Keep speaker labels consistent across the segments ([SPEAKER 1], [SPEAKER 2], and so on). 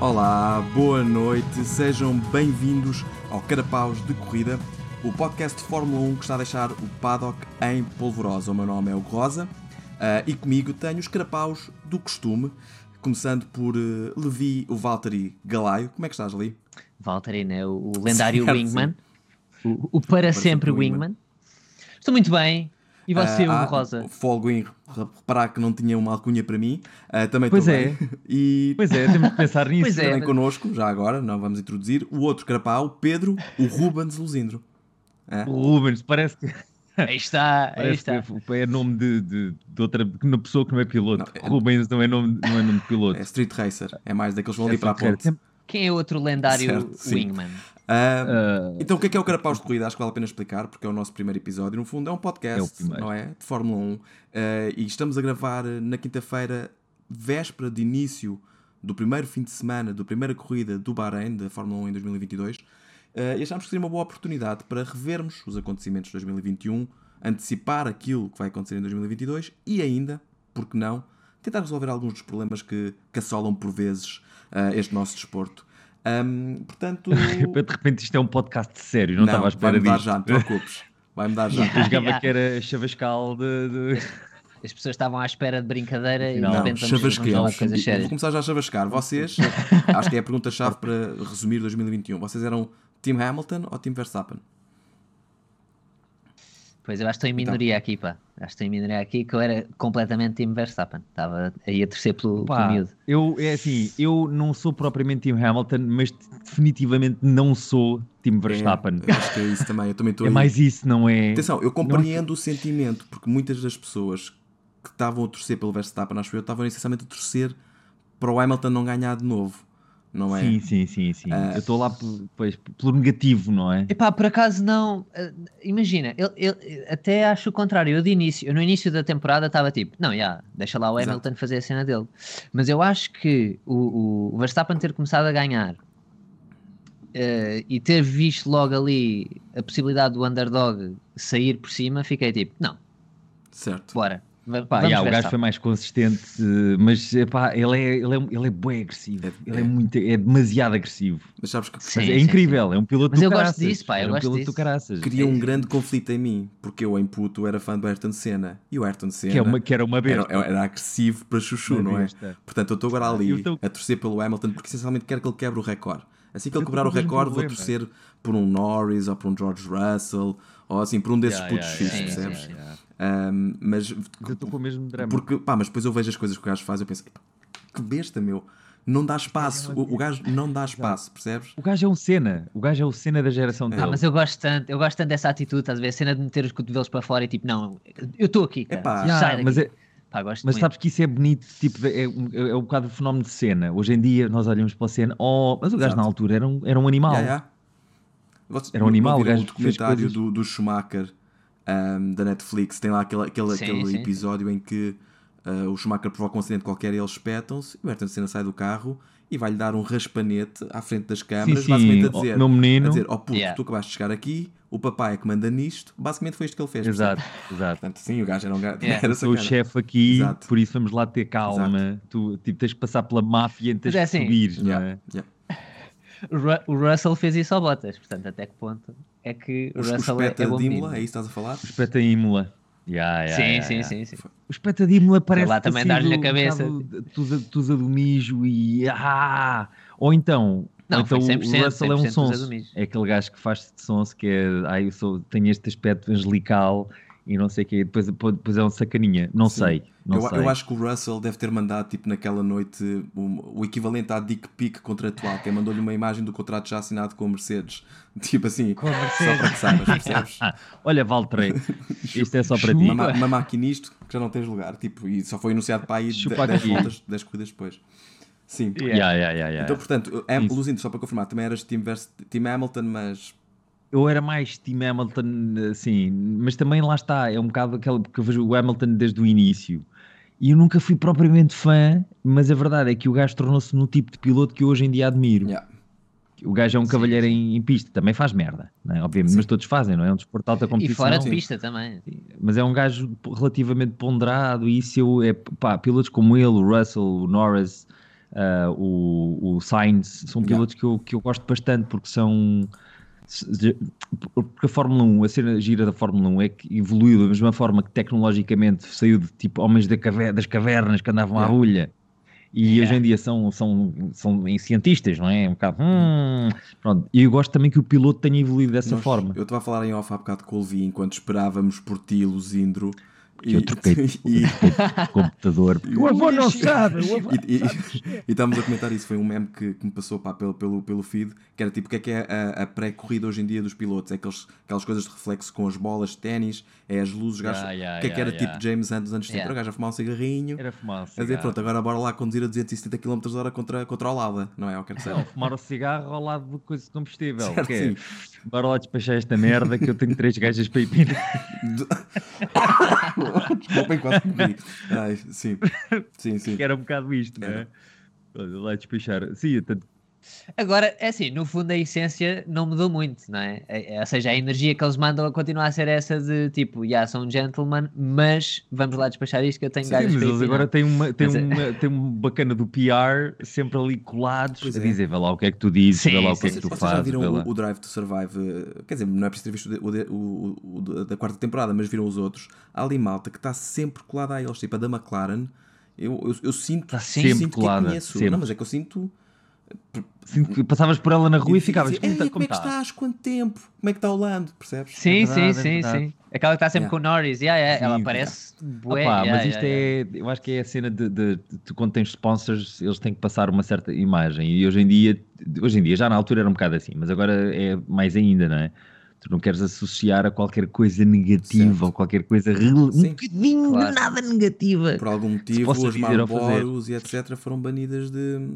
[SPEAKER 1] Olá, boa noite, sejam bem-vindos ao Carapaus de Corrida, o podcast de Fórmula 1 que está a deixar o paddock em polvorosa. O meu nome é o Rosa ah, e comigo tenho os carapaus do costume, começando por eh, Levi, o Valtteri Galaio. Como é que estás, Levi?
[SPEAKER 2] Valtteri, né? o, o lendário
[SPEAKER 1] Certo.
[SPEAKER 2] Wingman, o, o para sempre Wingman. Estou muito bem. E
[SPEAKER 1] Ah,
[SPEAKER 2] você,
[SPEAKER 3] assim,
[SPEAKER 2] Hugo
[SPEAKER 1] ah,
[SPEAKER 2] Rosa?
[SPEAKER 1] Folgo em reparar que não tinha uma alcunha para mim. Ah, também
[SPEAKER 3] Pois
[SPEAKER 1] estou
[SPEAKER 3] é.
[SPEAKER 1] bem. E
[SPEAKER 3] Pois é, temos de pensar nisso.
[SPEAKER 2] Pois é,
[SPEAKER 1] também
[SPEAKER 2] mas-
[SPEAKER 1] connosco, já agora, não vamos introduzir, o outro carapau, Pedro, o Rubens Luzindro. é.
[SPEAKER 3] O Rubens, parece que,
[SPEAKER 2] Aí está, aí
[SPEAKER 3] parece
[SPEAKER 2] está.
[SPEAKER 3] que é nome de, de, de outra de uma pessoa que não é piloto.
[SPEAKER 1] Não, é-
[SPEAKER 3] Rubens não é nome, não é nome de piloto.
[SPEAKER 1] É Street Racer, é mais daqueles que vão
[SPEAKER 3] É
[SPEAKER 1] ali para a
[SPEAKER 3] sincero,
[SPEAKER 1] ponte.
[SPEAKER 3] sempre-
[SPEAKER 2] Quem é outro lendário
[SPEAKER 1] Certo, sim.
[SPEAKER 2] Wingman?
[SPEAKER 1] Ah,
[SPEAKER 3] ah,
[SPEAKER 1] Então, o que é que é o Carapaus de Corrida? Acho que vale a pena explicar, porque é o nosso primeiro episódio. No fundo, é um
[SPEAKER 3] É o
[SPEAKER 1] podcast,
[SPEAKER 3] primeiro.
[SPEAKER 1] não é? De Fórmula 1. eh, e estamos a gravar eh, na quinta-feira, véspera de início do primeiro fim de semana, da primeira corrida do Bahrein, da Fórmula 1 em 2022. eh, e achámos que seria uma boa oportunidade para revermos os acontecimentos de 2021, antecipar aquilo que vai acontecer em 2022 e ainda, por que não, tentar resolver alguns dos problemas que, que assolam por vezes eh, este nosso desporto. Ahm, portanto,
[SPEAKER 3] de repente isto é um podcast sério, não, estava à
[SPEAKER 1] vai
[SPEAKER 3] espera
[SPEAKER 1] mudar
[SPEAKER 3] disto.
[SPEAKER 1] já, não te preocupes. Vai mudar já.
[SPEAKER 3] Eu jogava
[SPEAKER 2] Yeah.
[SPEAKER 3] que era chavascal de. de-
[SPEAKER 2] As pessoas estavam à espera de brincadeira e de
[SPEAKER 3] Não,
[SPEAKER 2] repente vamos- vamos falar de
[SPEAKER 1] chavasqueamos.
[SPEAKER 2] coisas
[SPEAKER 1] Vou
[SPEAKER 2] sérias.
[SPEAKER 1] começar já a chavascar. Vocês, acho que é a pergunta-chave para resumir 2021. Vocês eram Team Hamilton ou Team Verstappen?
[SPEAKER 2] Pois eu acho que estou em minoria aqui, pá. Acho que estou em minoria aqui que eu era completamente Tim Verstappen. Estava aí a torcer pelo,
[SPEAKER 3] Pá,
[SPEAKER 2] pelo miúdo.
[SPEAKER 3] eu, é assim, eu não sou propriamente Tim Hamilton, mas definitivamente não sou Tim Verstappen.
[SPEAKER 1] É, acho que é isso também. Eu também estou
[SPEAKER 3] É,
[SPEAKER 1] aí.
[SPEAKER 3] mais isso, não é?
[SPEAKER 1] Atenção, eu compreendo o sentimento, porque muitas das pessoas que estavam a torcer pelo Verstappen, acho eu, estavam essencialmente a torcer para o Hamilton não ganhar de novo. Não é?
[SPEAKER 3] Sim, sim, sim, sim. Eu estou lá por- pois, pelo negativo, não é?
[SPEAKER 2] Epá, por acaso não. eh, Imagina, eu, eu- até acho o contrário. Eu de início, eu no início da temporada estava tipo, não, já, deixa lá o
[SPEAKER 1] Exato.
[SPEAKER 2] Hamilton fazer a cena dele. Mas eu acho que o, o Verstappen ter começado a ganhar eh, e ter visto logo ali a possibilidade do underdog sair por cima, fiquei tipo, não,
[SPEAKER 1] Certo.
[SPEAKER 2] bora. va-
[SPEAKER 3] Pá,
[SPEAKER 2] vamos
[SPEAKER 3] yeah, o gajo
[SPEAKER 2] Verstappen.
[SPEAKER 3] foi mais consistente, eh, mas epá, ele, é, ele, é, ele é bem agressivo.
[SPEAKER 1] É-
[SPEAKER 3] ele é,
[SPEAKER 1] é.
[SPEAKER 3] muito, é demasiado agressivo.
[SPEAKER 1] Mas sabes que
[SPEAKER 2] Sim,
[SPEAKER 3] Mas é
[SPEAKER 2] sim,
[SPEAKER 3] incrível, é um piloto
[SPEAKER 2] Mas
[SPEAKER 3] do
[SPEAKER 2] eu gosto
[SPEAKER 3] caraças.
[SPEAKER 2] disso, pá, eu
[SPEAKER 3] Era um
[SPEAKER 2] gosto
[SPEAKER 3] piloto
[SPEAKER 2] disso.
[SPEAKER 3] do caraças.
[SPEAKER 1] cria um grande conflito em mim, porque eu, em puto, era fã do Ayrton Senna. E o Ayrton Senna
[SPEAKER 3] Que, é uma, que era uma
[SPEAKER 1] era,
[SPEAKER 3] besta.
[SPEAKER 1] era agressivo para chuchu,
[SPEAKER 3] Uma
[SPEAKER 1] não é?
[SPEAKER 3] besta.
[SPEAKER 1] Portanto, eu estou agora
[SPEAKER 3] Eu
[SPEAKER 1] ali
[SPEAKER 3] estou-
[SPEAKER 1] a torcer pelo Hamilton, porque essencialmente quero que ele quebre o recorde. Assim que ele
[SPEAKER 3] Eu estou
[SPEAKER 1] quebrar o
[SPEAKER 3] com o mesmo
[SPEAKER 1] recorde, vou
[SPEAKER 3] problema.
[SPEAKER 1] torcer por um Norris ou por um George Russell ou assim, por um desses
[SPEAKER 3] Yeah,
[SPEAKER 1] putos
[SPEAKER 3] yeah,
[SPEAKER 1] fixos,
[SPEAKER 3] yeah,
[SPEAKER 1] percebes?
[SPEAKER 3] yeah, yeah.
[SPEAKER 1] Ahm, mas
[SPEAKER 3] Eu estou com o mesmo drama.
[SPEAKER 1] porque, pá, mas depois eu vejo as coisas que o gajo faz, eu penso, "Epá, que besta, meu. Não
[SPEAKER 3] é
[SPEAKER 1] dá espaço, o, o gajo não dá espaço, percebes?
[SPEAKER 3] O gajo é um cena, o gajo é o cena da geração dele.
[SPEAKER 2] Ah, mas eu gosto tanto, eu gosto tanto dessa atitude, estás a ver? A cena de meter os cotovelos para fora e tipo, não, eu estou aqui, cara.
[SPEAKER 1] Epá.
[SPEAKER 2] sai
[SPEAKER 3] Yeah,
[SPEAKER 2] daqui."
[SPEAKER 3] mas é-
[SPEAKER 2] Pá, gosto
[SPEAKER 3] mas
[SPEAKER 2] muito.
[SPEAKER 3] sabes que isso é bonito, tipo, é, um- é um bocado o fenómeno de cena. Hoje em dia nós olhamos para a cena, oh, mas o gajo
[SPEAKER 1] Exato.
[SPEAKER 3] na altura era um, era um animal.
[SPEAKER 1] Yeah, yeah. Vocês
[SPEAKER 3] Era um animal,
[SPEAKER 1] ouviram
[SPEAKER 3] o gajo
[SPEAKER 1] o
[SPEAKER 3] fez
[SPEAKER 1] documentário
[SPEAKER 3] coisas-
[SPEAKER 1] do, do Schumacher ahm, da Netflix. Tem lá aquele, aquele,
[SPEAKER 2] Sim,
[SPEAKER 1] aquele
[SPEAKER 2] sim, sim.
[SPEAKER 1] episódio em que ah, o Schumacher provoca um acidente qualquer e eles espetam-se. E o Ayrton Senna sai do carro e vai-lhe dar um raspanete à frente das câmaras,
[SPEAKER 3] sim,
[SPEAKER 1] basicamente a
[SPEAKER 3] oh,
[SPEAKER 1] dizer:
[SPEAKER 3] meu menino.
[SPEAKER 1] a dizer oh puto,
[SPEAKER 2] Yeah.
[SPEAKER 1] tu acabaste de chegar aqui, o papai é que manda nisto. Basicamente foi isto que ele fez.
[SPEAKER 3] Exato,
[SPEAKER 1] percebes?
[SPEAKER 3] exato.
[SPEAKER 1] Portanto, sim, o gajo era um gajo.
[SPEAKER 2] Yeah.
[SPEAKER 1] Era
[SPEAKER 3] Eu sou o
[SPEAKER 1] sacana.
[SPEAKER 3] chefe aqui,
[SPEAKER 1] Exato.
[SPEAKER 3] por isso vamos lá ter calma. Tu tipo, tens que passar pela máfia e
[SPEAKER 2] Mas
[SPEAKER 3] tens
[SPEAKER 2] é
[SPEAKER 3] que
[SPEAKER 2] assim.
[SPEAKER 3] subir, não
[SPEAKER 1] Yeah,
[SPEAKER 3] é?
[SPEAKER 1] yeah.
[SPEAKER 2] O Ru- o Russell fez isso ao Bottas, portanto, até que ponto é que o
[SPEAKER 1] O, o
[SPEAKER 2] Russell é, é
[SPEAKER 1] espeta
[SPEAKER 2] bom
[SPEAKER 1] de
[SPEAKER 2] menino?
[SPEAKER 1] Imola, é isso que estás a falar?
[SPEAKER 3] O espeta Imola. Yeah, yeah,
[SPEAKER 2] Sim,
[SPEAKER 3] yeah,
[SPEAKER 2] sim,
[SPEAKER 3] yeah.
[SPEAKER 2] sim, sim.
[SPEAKER 3] O espeta de Imola parece
[SPEAKER 2] lá
[SPEAKER 3] ter
[SPEAKER 2] também
[SPEAKER 3] sido
[SPEAKER 2] dar-lhe na
[SPEAKER 3] um
[SPEAKER 2] cabeça.
[SPEAKER 3] bocado Tusa, tusa do mijo e. Ah! Ou então.
[SPEAKER 2] Não,
[SPEAKER 3] ou então
[SPEAKER 2] foi 100%,
[SPEAKER 3] o Russell é um
[SPEAKER 2] 100% tusa do
[SPEAKER 3] sonso.
[SPEAKER 2] mijo.
[SPEAKER 3] É aquele gajo que faz de sonso que é. Ai, eu sou, tenho este aspecto angelical e não sei o quê. Depois, depois é um sacaninha. Não
[SPEAKER 1] Sim.
[SPEAKER 3] sei. Não
[SPEAKER 1] eu,
[SPEAKER 3] sei.
[SPEAKER 1] eu acho que o Russell deve ter mandado, tipo, naquela noite, um- o equivalente à dick pic contratual, que é mandou-lhe uma imagem do contrato já assinado com a Mercedes. Tipo assim,
[SPEAKER 2] a Mercedes.
[SPEAKER 1] só para que saibas, percebes?
[SPEAKER 3] Olha, Valtteri, isto é só para ti.
[SPEAKER 1] Uma, ma- uma maquinista que já não tens lugar. Tipo, e só foi anunciado para aí de-
[SPEAKER 3] Chupa
[SPEAKER 1] 10
[SPEAKER 3] aqui.
[SPEAKER 1] voltas, 10 corridas depois. Sim.
[SPEAKER 3] Yeah, yeah, yeah, yeah.
[SPEAKER 1] Então, portanto, é,
[SPEAKER 3] Isso.
[SPEAKER 1] Luzindo, só para confirmar, também eras Team, versus, team Hamilton, mas
[SPEAKER 3] Eu era mais Team Hamilton, assim, mas também lá está, é um bocado aquele porque eu vejo o Hamilton desde o início. E eu nunca fui propriamente fã, mas a verdade é que o gajo tornou-se no tipo de piloto que eu hoje em dia admiro.
[SPEAKER 1] yeah,
[SPEAKER 3] O gajo é um
[SPEAKER 2] Sim,
[SPEAKER 3] cavalheiro em, em pista, também faz merda, não é? obviamente,
[SPEAKER 1] Sim.
[SPEAKER 3] mas todos fazem, não é? É um desporto de alta
[SPEAKER 2] E
[SPEAKER 3] competição.
[SPEAKER 2] fora de pista também.
[SPEAKER 3] Mas é um gajo relativamente ponderado e isso eu, é, pá, pilotos como ele, o Russell, o Norris, uh, o, o Sainz, são pilotos que, eu, que eu gosto bastante porque são. Porque a Fórmula 1, a cena gira da Fórmula 1 é que evoluiu da mesma forma que tecnologicamente saiu de tipo homens da caverna, das cavernas que andavam à
[SPEAKER 1] Yeah.
[SPEAKER 3] agulha e
[SPEAKER 2] Yeah.
[SPEAKER 3] hoje em dia são, são, são em cientistas, não é? Um bocado. hum, pronto. E eu gosto também que o piloto tenha evoluído dessa
[SPEAKER 1] Nós-
[SPEAKER 3] forma.
[SPEAKER 1] Eu estava a falar em off há bocado com o Levi enquanto esperávamos por ti, Luzindro. E,
[SPEAKER 3] Eu troquei de
[SPEAKER 1] e,
[SPEAKER 3] computador.
[SPEAKER 1] O avô não
[SPEAKER 3] sabe.
[SPEAKER 1] e, e- e estávamos a comentar isso. Foi um meme que, que me passou pá, pelo, pelo, pelo feed. Que era tipo: o que é que é a, a pré-corrida hoje em dia dos pilotos? É aqueles, aquelas coisas de reflexo com as bolas de ténis, é as luzes, gajos.
[SPEAKER 3] Yeah, yeah,
[SPEAKER 1] o que é que era
[SPEAKER 3] yeah, yeah.
[SPEAKER 1] tipo James Hunt dos anos 70?
[SPEAKER 2] Yeah.
[SPEAKER 1] O gajo a fumar um cigarrinho.
[SPEAKER 3] Era fumar um
[SPEAKER 1] A dizer,
[SPEAKER 3] cigarro.
[SPEAKER 1] é pronto, agora bora lá conduzir a 270 km hora contra, contra a Lada, não é? Ou quer que
[SPEAKER 3] Não,
[SPEAKER 1] seja.
[SPEAKER 3] fumar o cigarro ao lado de coisa de combustível.
[SPEAKER 1] Certo,
[SPEAKER 3] que é, bora lá despachar esta merda que eu tenho três gajas para ir pinar.
[SPEAKER 1] Desculpem, quase morri. Ai, sim, sim, sim.
[SPEAKER 3] Que era um bocado isto, não é?
[SPEAKER 1] Era.
[SPEAKER 3] Bora lá despachar. Sim, tanto
[SPEAKER 2] Agora, é assim, no fundo a essência não mudou muito, não é? É- é- Ou seja, a energia que eles mandam a continuar a ser essa de tipo, já sou um gentleman, mas vamos lá despachar isto que eu tenho
[SPEAKER 1] Sim,
[SPEAKER 3] Sim,
[SPEAKER 2] gajas
[SPEAKER 3] mas
[SPEAKER 2] para ir
[SPEAKER 3] eles agora
[SPEAKER 2] afinar.
[SPEAKER 3] têm uma, têm,
[SPEAKER 2] Mas é-
[SPEAKER 3] uma, têm um bacana do PR sempre ali colados
[SPEAKER 1] Pois
[SPEAKER 3] a
[SPEAKER 1] é.
[SPEAKER 3] dizer, vê lá o que é que tu dizes, vê
[SPEAKER 2] Sim,
[SPEAKER 3] lá o
[SPEAKER 2] sim,
[SPEAKER 3] que é
[SPEAKER 1] Vocês,
[SPEAKER 3] que tu
[SPEAKER 1] vocês já
[SPEAKER 3] fazes,
[SPEAKER 1] viram
[SPEAKER 3] vê lá.
[SPEAKER 1] o, o Drive to Survive? eh, Quer dizer, não é preciso ter visto o de- o, de- o- o de- da quarta temporada, mas viram os outros. Há ali malta que está sempre colada a eles, tipo a da McLaren. Eu, eu, eu sinto,
[SPEAKER 2] Está
[SPEAKER 1] eu
[SPEAKER 2] sempre
[SPEAKER 1] sinto que
[SPEAKER 3] colada,
[SPEAKER 1] a conheço.
[SPEAKER 3] sempre.
[SPEAKER 1] Não, mas é que eu sinto.
[SPEAKER 3] Sinto que Passavas por ela na rua e ficavas,
[SPEAKER 1] dizia, "Ei, como,
[SPEAKER 3] como, tá- como
[SPEAKER 1] é que
[SPEAKER 3] está?
[SPEAKER 1] estás? Quanto tempo? Como é que está o Lando? Percebes?
[SPEAKER 2] Sim, sim,
[SPEAKER 3] É verdade, é
[SPEAKER 2] sim,
[SPEAKER 3] verdade.
[SPEAKER 2] sim. Aquela que está sempre
[SPEAKER 1] Yeah.
[SPEAKER 2] com o Norris, yeah, yeah, ela
[SPEAKER 3] Sim,
[SPEAKER 2] parece bué.
[SPEAKER 3] Opa,
[SPEAKER 2] yeah,
[SPEAKER 3] mas isto
[SPEAKER 2] yeah, yeah.
[SPEAKER 3] é, eu acho que é a cena de, de- de- de quando tens sponsors, eles têm que passar uma certa imagem. E hoje em dia, hoje em dia, já na altura era um bocado assim, mas agora é mais ainda, não é? Tu não queres associar a qualquer coisa negativa
[SPEAKER 1] Certo.
[SPEAKER 3] ou qualquer coisa rele-
[SPEAKER 1] Sim.
[SPEAKER 3] um bocadinho
[SPEAKER 2] Claro.
[SPEAKER 3] de nada negativa.
[SPEAKER 1] Por algum
[SPEAKER 3] se
[SPEAKER 1] motivo,
[SPEAKER 3] possa
[SPEAKER 1] os
[SPEAKER 3] dizer ou fazer.
[SPEAKER 1] Marlboros e etc. foram banidas de, de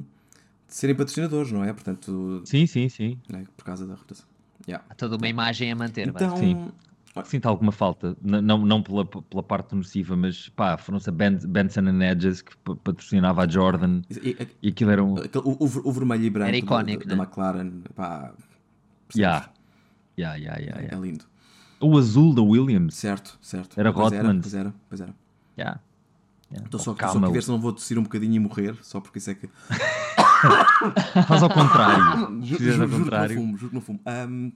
[SPEAKER 1] serem patrocinadores, não é? Portanto,
[SPEAKER 3] Sim, sim, sim.
[SPEAKER 1] né, por causa da reputação. Yeah.
[SPEAKER 2] Há toda uma imagem a manter. vá.
[SPEAKER 1] Então,
[SPEAKER 3] Sim. Sinto alguma falta, n- não, não pela, pela parte nociva, mas pá, foram-se a Ben- Benson and Edges que pa- patrocinava a Jordan
[SPEAKER 1] e- e-
[SPEAKER 3] e aquilo era um.
[SPEAKER 1] Aquele- O, o ver- o vermelho e branco
[SPEAKER 2] Era
[SPEAKER 1] do-
[SPEAKER 2] icónico,
[SPEAKER 1] do- da
[SPEAKER 2] né?
[SPEAKER 1] McLaren, pá, percebes?
[SPEAKER 3] Yeah. Yeah, yeah, yeah, yeah.
[SPEAKER 1] é lindo.
[SPEAKER 3] O azul da Williams.
[SPEAKER 1] Certo, certo.
[SPEAKER 3] Era
[SPEAKER 1] pois era,
[SPEAKER 3] Rotmans.
[SPEAKER 1] pois era, pois era.
[SPEAKER 3] Yeah. Yeah.
[SPEAKER 1] Estou Então só,
[SPEAKER 3] Oh,
[SPEAKER 1] tô só
[SPEAKER 3] calma,
[SPEAKER 1] a ver se não vou tossir um bocadinho e morrer, só porque isso é que.
[SPEAKER 3] Faz ao contrário.
[SPEAKER 1] Ah, Ju-
[SPEAKER 3] Precisas
[SPEAKER 1] ju-
[SPEAKER 3] ao
[SPEAKER 1] juro que não
[SPEAKER 3] contrário.
[SPEAKER 1] fumo, juro que não fumo. Ahm,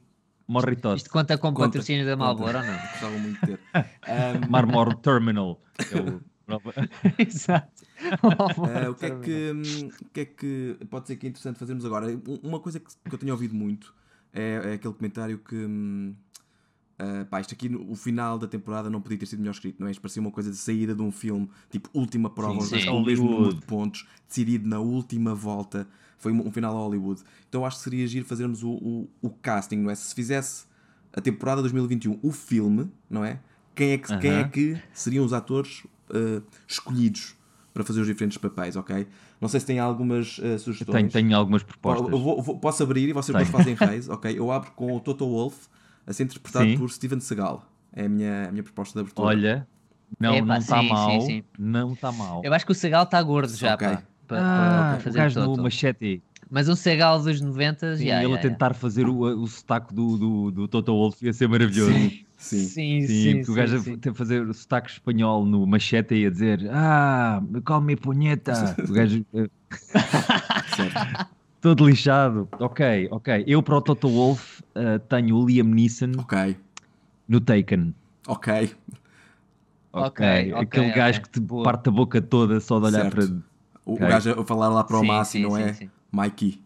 [SPEAKER 3] Morre tosse.
[SPEAKER 2] Isto conta com
[SPEAKER 1] Conta,
[SPEAKER 2] patrocínio da
[SPEAKER 1] conta.
[SPEAKER 2] Malboro ou não?
[SPEAKER 1] gostava muito de ter. Ahm,
[SPEAKER 3] Marmor Terminal. É o- nova-
[SPEAKER 2] Exato.
[SPEAKER 1] ah, o, que é que, hum, o que é que pode ser que é interessante fazermos agora? Um- Uma coisa que, que eu tenho ouvido muito é, é aquele comentário que. hum, ah, pá, isto aqui, no- o final da temporada não podia ter sido melhor escrito, não é? Isto parecia uma coisa de saída de um filme, tipo última prova,
[SPEAKER 3] Sim,
[SPEAKER 1] os dois
[SPEAKER 2] sim.
[SPEAKER 1] com o mesmo número
[SPEAKER 3] Hollywood.
[SPEAKER 1] de pontos, decidido na última volta. Foi um, um final a Hollywood. Então eu acho que seria agir fazermos o, o, o casting, não é? Se se fizesse a temporada 2021, o filme, não é? Quem é que, quem é
[SPEAKER 3] Aham.
[SPEAKER 1] que seriam os atores ah, escolhidos para fazer os diferentes papéis, ok? Não sei se tem algumas ah, sugestões.
[SPEAKER 3] tenho, tenho algumas propostas.
[SPEAKER 1] Eu vou- vou- posso abrir e vocês
[SPEAKER 3] Tem.
[SPEAKER 1] depois fazem raise, ok? Eu abro com o Toto Wolff a ser interpretado
[SPEAKER 3] Sim.
[SPEAKER 1] por Steven Seagal. É a minha, a minha proposta de abertura.
[SPEAKER 3] Olha, não
[SPEAKER 2] Epá,
[SPEAKER 3] está não tá
[SPEAKER 2] sim, sim,
[SPEAKER 3] mal.
[SPEAKER 2] sim.
[SPEAKER 3] Não está mal.
[SPEAKER 2] Eu acho que o Segal está gordo já,
[SPEAKER 1] Ok.
[SPEAKER 2] pá. Para,
[SPEAKER 3] Ah, o
[SPEAKER 2] fazer
[SPEAKER 3] gajo
[SPEAKER 2] todo.
[SPEAKER 3] no machete.
[SPEAKER 2] Mas um Segal dos 90,
[SPEAKER 3] Sim,
[SPEAKER 2] yeah,
[SPEAKER 3] ele
[SPEAKER 2] yeah,
[SPEAKER 3] a tentar fazer o, o sotaque do, do, do Toto Wolff ia ser maravilhoso.
[SPEAKER 2] yeah.
[SPEAKER 3] Sim,
[SPEAKER 1] Sim.
[SPEAKER 2] sim,
[SPEAKER 3] porque o gajo é
[SPEAKER 2] sim.
[SPEAKER 3] a fazer o sotaque espanhol no machete e a dizer Ah, calma punheta. o gajo eh,
[SPEAKER 1] Certo.
[SPEAKER 3] todo lixado. Ok, ok. Eu para o Toto Wolff eh, tenho o Liam Neeson
[SPEAKER 1] Ok.
[SPEAKER 3] no Taken.
[SPEAKER 1] Ok.
[SPEAKER 2] Ok, ok,
[SPEAKER 3] Aquele
[SPEAKER 2] ok.
[SPEAKER 3] gajo que te
[SPEAKER 2] Boa.
[SPEAKER 3] parte a boca toda só de olhar
[SPEAKER 1] Certo. O, o
[SPEAKER 3] Ok.
[SPEAKER 1] gajo a falar lá para o
[SPEAKER 2] Sim,
[SPEAKER 1] Massi,
[SPEAKER 2] sim,
[SPEAKER 1] não
[SPEAKER 2] sim,
[SPEAKER 1] é?
[SPEAKER 2] sim.
[SPEAKER 1] Mikey.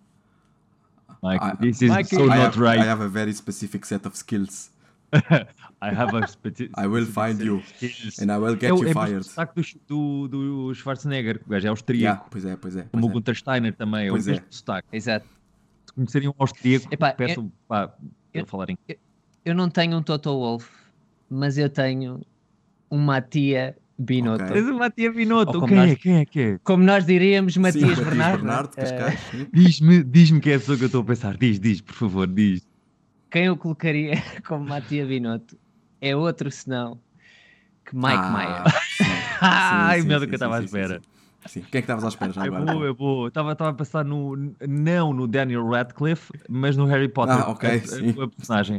[SPEAKER 3] para. Mike,
[SPEAKER 1] Ah,
[SPEAKER 3] this is
[SPEAKER 2] Mike,
[SPEAKER 3] so
[SPEAKER 1] I
[SPEAKER 3] not
[SPEAKER 1] have, I
[SPEAKER 3] right.
[SPEAKER 1] have a very specific set of skills.
[SPEAKER 3] I have a speci-
[SPEAKER 1] I will find you.
[SPEAKER 3] skills.
[SPEAKER 1] And I will get
[SPEAKER 3] é, o-
[SPEAKER 1] you
[SPEAKER 3] é mesmo o
[SPEAKER 1] fired.
[SPEAKER 3] sotaque do, Sch- do, do Schwarzenegger, que o gajo é austríaco.
[SPEAKER 1] Yeah, pois é, pois é.
[SPEAKER 3] Como o
[SPEAKER 1] pois é.
[SPEAKER 3] Gunter Steiner também, é o
[SPEAKER 1] Pois
[SPEAKER 3] mesmo
[SPEAKER 1] é.
[SPEAKER 3] sotaque.
[SPEAKER 2] Exato.
[SPEAKER 3] Se conhecerem um austríaco,
[SPEAKER 2] Epá,
[SPEAKER 3] peço pá,
[SPEAKER 2] eu-
[SPEAKER 3] para falarem.
[SPEAKER 2] Eu não tenho um Toto Wolff, mas eu tenho uma tia Binotto.
[SPEAKER 1] Ok. Tens
[SPEAKER 3] o Matia Binotto,
[SPEAKER 2] quem é,
[SPEAKER 3] Quem é que é?
[SPEAKER 2] Como nós diríamos, Matias,
[SPEAKER 1] Sim,
[SPEAKER 2] Bernardo.
[SPEAKER 1] Bernardo, é
[SPEAKER 2] eh,
[SPEAKER 1] Cascais. sim.
[SPEAKER 3] Diz-me diz que é a pessoa que eu estou a pensar. Diz, diz, por favor, diz.
[SPEAKER 2] quem eu colocaria como Matia Binotto é outro senão que Mike
[SPEAKER 1] Ah,
[SPEAKER 2] Myers.
[SPEAKER 1] sim, sim,
[SPEAKER 3] Ai,
[SPEAKER 1] sim,
[SPEAKER 3] melhor do
[SPEAKER 1] sim,
[SPEAKER 3] que eu estava à
[SPEAKER 1] sim, sim,
[SPEAKER 3] espera.
[SPEAKER 1] sim. Sim. Quem é que estavas à espera já
[SPEAKER 3] É
[SPEAKER 1] agora?
[SPEAKER 3] boa, é boa. Estava estava a pensar no, não no Daniel Radcliffe, mas no Harry Potter.
[SPEAKER 1] Ah, ok,
[SPEAKER 3] A-
[SPEAKER 1] sim.
[SPEAKER 3] a, a personagem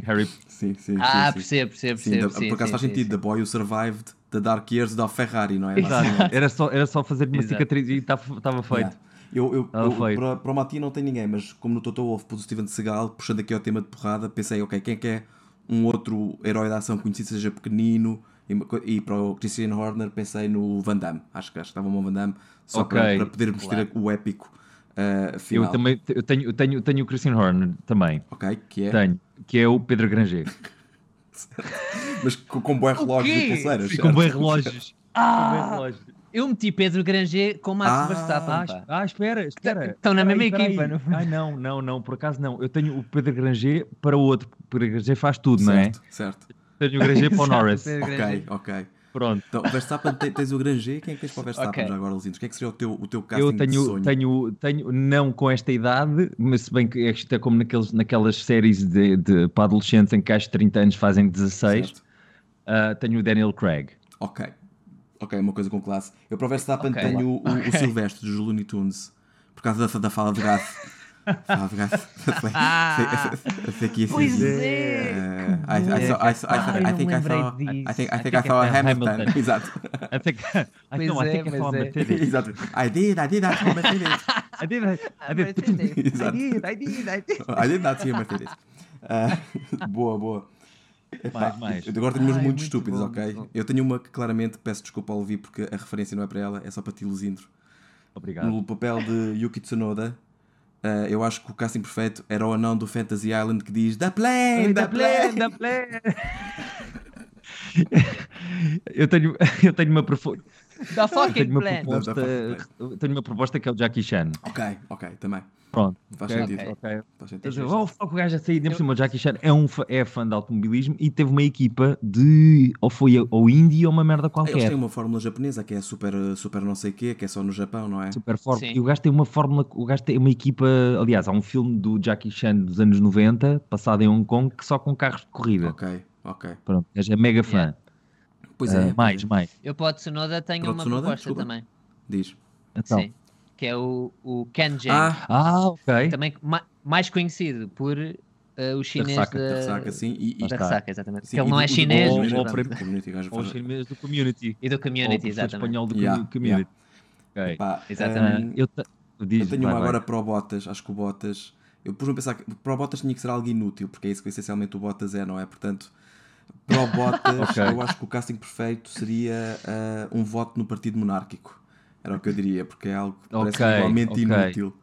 [SPEAKER 3] Harry
[SPEAKER 1] Sim, sim, sim,
[SPEAKER 2] Ah,
[SPEAKER 1] sim.
[SPEAKER 2] percebo, percebo,
[SPEAKER 1] Sim,
[SPEAKER 2] percebo.
[SPEAKER 1] da-
[SPEAKER 2] sim,
[SPEAKER 1] por acaso
[SPEAKER 2] sim,
[SPEAKER 1] faz
[SPEAKER 2] sim,
[SPEAKER 1] sentido.
[SPEAKER 2] sim.
[SPEAKER 1] The Boy Who Survived, The Dark Years da Ferrari, não é?
[SPEAKER 3] Exato.
[SPEAKER 1] Basicamente.
[SPEAKER 3] Era só, era só fazer uma
[SPEAKER 2] Exato.
[SPEAKER 3] cicatriz e estava feito.
[SPEAKER 1] Yeah. Eu, eu,
[SPEAKER 3] Ela
[SPEAKER 1] eu-
[SPEAKER 3] foi.
[SPEAKER 1] para, para o Mati não tem ninguém, mas como no Toto Wolff pôs o Steven Seagal, puxando aqui ao tema de porrada, pensei, ok, quem é que é um outro herói da ação conhecido, seja pequenino, e, uma co- e para o Christian Horner pensei no Van Damme, acho que acho que estava um Van Damme, só
[SPEAKER 3] Ok,
[SPEAKER 1] para, para podermos ter o épico ah, final.
[SPEAKER 3] Eu também eu tenho, eu tenho, eu tenho o Christian Horner também.
[SPEAKER 1] Ok, que é,
[SPEAKER 3] Tenho. Que é o Pedro Granger.
[SPEAKER 1] mas com, com bom relógio
[SPEAKER 2] quê?
[SPEAKER 1] e pulseiras.
[SPEAKER 3] E com
[SPEAKER 1] certo?
[SPEAKER 3] bem relógios. Ah, com bem
[SPEAKER 2] Ah,
[SPEAKER 3] relógios.
[SPEAKER 2] eu meti Pedro Granger com Max
[SPEAKER 1] Ah,
[SPEAKER 2] Verstappen.
[SPEAKER 3] Ah,
[SPEAKER 2] pá.
[SPEAKER 3] ah, espera, espera.
[SPEAKER 2] Estão na
[SPEAKER 3] Espera
[SPEAKER 2] mesma
[SPEAKER 3] aí, espera
[SPEAKER 2] equipa,
[SPEAKER 3] aí.
[SPEAKER 2] não é?
[SPEAKER 3] Ai, não, não, não, por acaso não. Eu tenho o Pedro Granger para o outro. O Pedro Granger faz tudo, não é?
[SPEAKER 1] Certo, certo.
[SPEAKER 3] Tenho o Granger para o
[SPEAKER 2] Exato,
[SPEAKER 3] Norris.
[SPEAKER 2] Pedro
[SPEAKER 1] Ok,
[SPEAKER 2] Granger.
[SPEAKER 1] ok.
[SPEAKER 3] Pronto.
[SPEAKER 1] Então, o Verstappen, te- tens o Granger, quem é que tens para o Verstappen
[SPEAKER 2] Ok.
[SPEAKER 1] já agora, Luzinos? Quem é que seria o teu, o teu casting
[SPEAKER 3] Eu
[SPEAKER 1] de
[SPEAKER 3] tenho,
[SPEAKER 1] sonho?
[SPEAKER 3] tenho, tenho, não com esta idade, mas se bem que isto é como naqueles, naquelas séries de, de, para adolescentes em que às 30 anos fazem 16,
[SPEAKER 1] Certo.
[SPEAKER 3] ah, tenho o Daniel Craig.
[SPEAKER 1] Ok. Ok, uma coisa com classe. Eu para o Verstappen
[SPEAKER 2] Ok.
[SPEAKER 1] tenho o, o- o Silvestre dos Looney Tunes por causa da, da fala de gato. fala de gato. Foi- foi- foi- foi aqui assim.
[SPEAKER 2] Pois
[SPEAKER 1] Eh,
[SPEAKER 2] é.
[SPEAKER 1] I, I, saw, I, saw, I,
[SPEAKER 2] Ah,
[SPEAKER 1] saw,
[SPEAKER 2] eu
[SPEAKER 1] I
[SPEAKER 2] não
[SPEAKER 1] think I
[SPEAKER 2] lembrei
[SPEAKER 1] saw, I think
[SPEAKER 2] disso.
[SPEAKER 1] I,
[SPEAKER 3] I
[SPEAKER 1] think I
[SPEAKER 3] think
[SPEAKER 1] saw
[SPEAKER 3] I
[SPEAKER 1] a
[SPEAKER 3] saw
[SPEAKER 1] Hamilton.
[SPEAKER 3] Hamilton.
[SPEAKER 1] Exato.
[SPEAKER 3] I think, I,
[SPEAKER 2] Pois
[SPEAKER 3] no, I
[SPEAKER 2] é,
[SPEAKER 3] think I saw
[SPEAKER 2] pois é.
[SPEAKER 3] a Mercedes.
[SPEAKER 1] Exato. I did, I did that for Mercedes.
[SPEAKER 3] I did, I
[SPEAKER 2] Ah,
[SPEAKER 3] did,
[SPEAKER 2] Mercedes.
[SPEAKER 1] Exato. I did that for Mercedes. Ah, boa, boa. Epá,
[SPEAKER 3] Mais, mais.
[SPEAKER 1] eu Agora tenho umas
[SPEAKER 2] Ai,
[SPEAKER 1] muito
[SPEAKER 2] muito
[SPEAKER 1] estúpidas,
[SPEAKER 2] bom,
[SPEAKER 1] ok?
[SPEAKER 2] muito bom.
[SPEAKER 1] Eu tenho uma que claramente peço desculpa ao Levi porque a referência não é para ela, é só para ti, Luzindro.
[SPEAKER 3] Obrigado.
[SPEAKER 1] no papel de Yuki Tsunoda, eh, eu acho que o casting perfeito era o anão do Fantasy Island que diz The Plane, The Plane!
[SPEAKER 3] da plena. Eu tenho, eu tenho uma propo-
[SPEAKER 2] Da
[SPEAKER 3] eu tenho
[SPEAKER 2] fucking
[SPEAKER 3] uma
[SPEAKER 2] plan.
[SPEAKER 1] Não, da
[SPEAKER 3] proposta,
[SPEAKER 1] fucking
[SPEAKER 3] tenho uma proposta que é o Jackie Chan.
[SPEAKER 1] Ok, ok, também.
[SPEAKER 3] Pronto.
[SPEAKER 1] Faz
[SPEAKER 3] Ok,
[SPEAKER 1] sentido.
[SPEAKER 3] ok.
[SPEAKER 1] Faz sentido.
[SPEAKER 3] Quer dizer, oh, fuck, o gajo a sair, nem por cima, o Jackie Chan é, um, fa- é fã de automobilismo e teve uma equipa de, ou foi ao Indy ou uma merda
[SPEAKER 1] Ah, Eles têm
[SPEAKER 3] qualquer.
[SPEAKER 1] uma fórmula japonesa que é super, super não sei o quê, que é só no Japão, não é?
[SPEAKER 3] Super forte.
[SPEAKER 2] Sim.
[SPEAKER 3] E o gajo tem uma fórmula, o gajo tem uma equipa, aliás, há um filme do Jackie Chan dos anos 90, passado em Hong Kong, que só com carros de corrida.
[SPEAKER 1] Ok, ok.
[SPEAKER 3] Pronto, o gajo é mega fã.
[SPEAKER 1] Pois
[SPEAKER 3] Ah,
[SPEAKER 1] é.
[SPEAKER 3] mais,
[SPEAKER 1] pois é.
[SPEAKER 3] mais.
[SPEAKER 2] Eu para o Tsunoda tenho
[SPEAKER 1] Para o
[SPEAKER 2] uma
[SPEAKER 1] Tsunoda,
[SPEAKER 2] proposta
[SPEAKER 1] desculpa.
[SPEAKER 2] também.
[SPEAKER 1] Diz.
[SPEAKER 3] Então.
[SPEAKER 2] Sim. Que é o, o Ken Jang.
[SPEAKER 1] Ah,
[SPEAKER 3] Ah, ok.
[SPEAKER 2] Também ma- mais conhecido por eh, o chinês
[SPEAKER 3] ressaca,
[SPEAKER 1] da ressaca, sim. E, e,
[SPEAKER 2] da
[SPEAKER 3] está.
[SPEAKER 2] ressaca, exatamente.
[SPEAKER 1] sim,
[SPEAKER 2] que ele
[SPEAKER 1] e
[SPEAKER 2] não
[SPEAKER 1] do-
[SPEAKER 2] é
[SPEAKER 1] e do-
[SPEAKER 2] chinês,
[SPEAKER 1] do-
[SPEAKER 3] ou-
[SPEAKER 2] mas
[SPEAKER 1] do-
[SPEAKER 3] ou-
[SPEAKER 2] pronto.
[SPEAKER 1] do- community, o gajo
[SPEAKER 3] Ou
[SPEAKER 1] fala-
[SPEAKER 3] os chineses do Community.
[SPEAKER 2] e do
[SPEAKER 3] Ou o
[SPEAKER 2] community,
[SPEAKER 3] professor
[SPEAKER 2] exatamente.
[SPEAKER 3] espanhol do
[SPEAKER 1] Yeah,
[SPEAKER 3] commu- Community. Ok. Ah,
[SPEAKER 1] Pá,
[SPEAKER 2] Exatamente.
[SPEAKER 1] hum,
[SPEAKER 3] Eu, te- diz,
[SPEAKER 1] Eu tenho uma
[SPEAKER 3] vai, vai.
[SPEAKER 1] agora para o Bottas, acho que o Bottas. Eu pus-me a pensar que para o Bottas tinha que ser algo inútil, porque é isso que essencialmente o Bottas é, não é? Portanto, para o Bottas,
[SPEAKER 3] Ok.
[SPEAKER 1] eu acho que o casting perfeito seria ah, um voto no Partido Monárquico. Era o que eu diria, porque é algo que parece
[SPEAKER 3] Ok,
[SPEAKER 1] igualmente
[SPEAKER 3] ok.
[SPEAKER 1] inútil.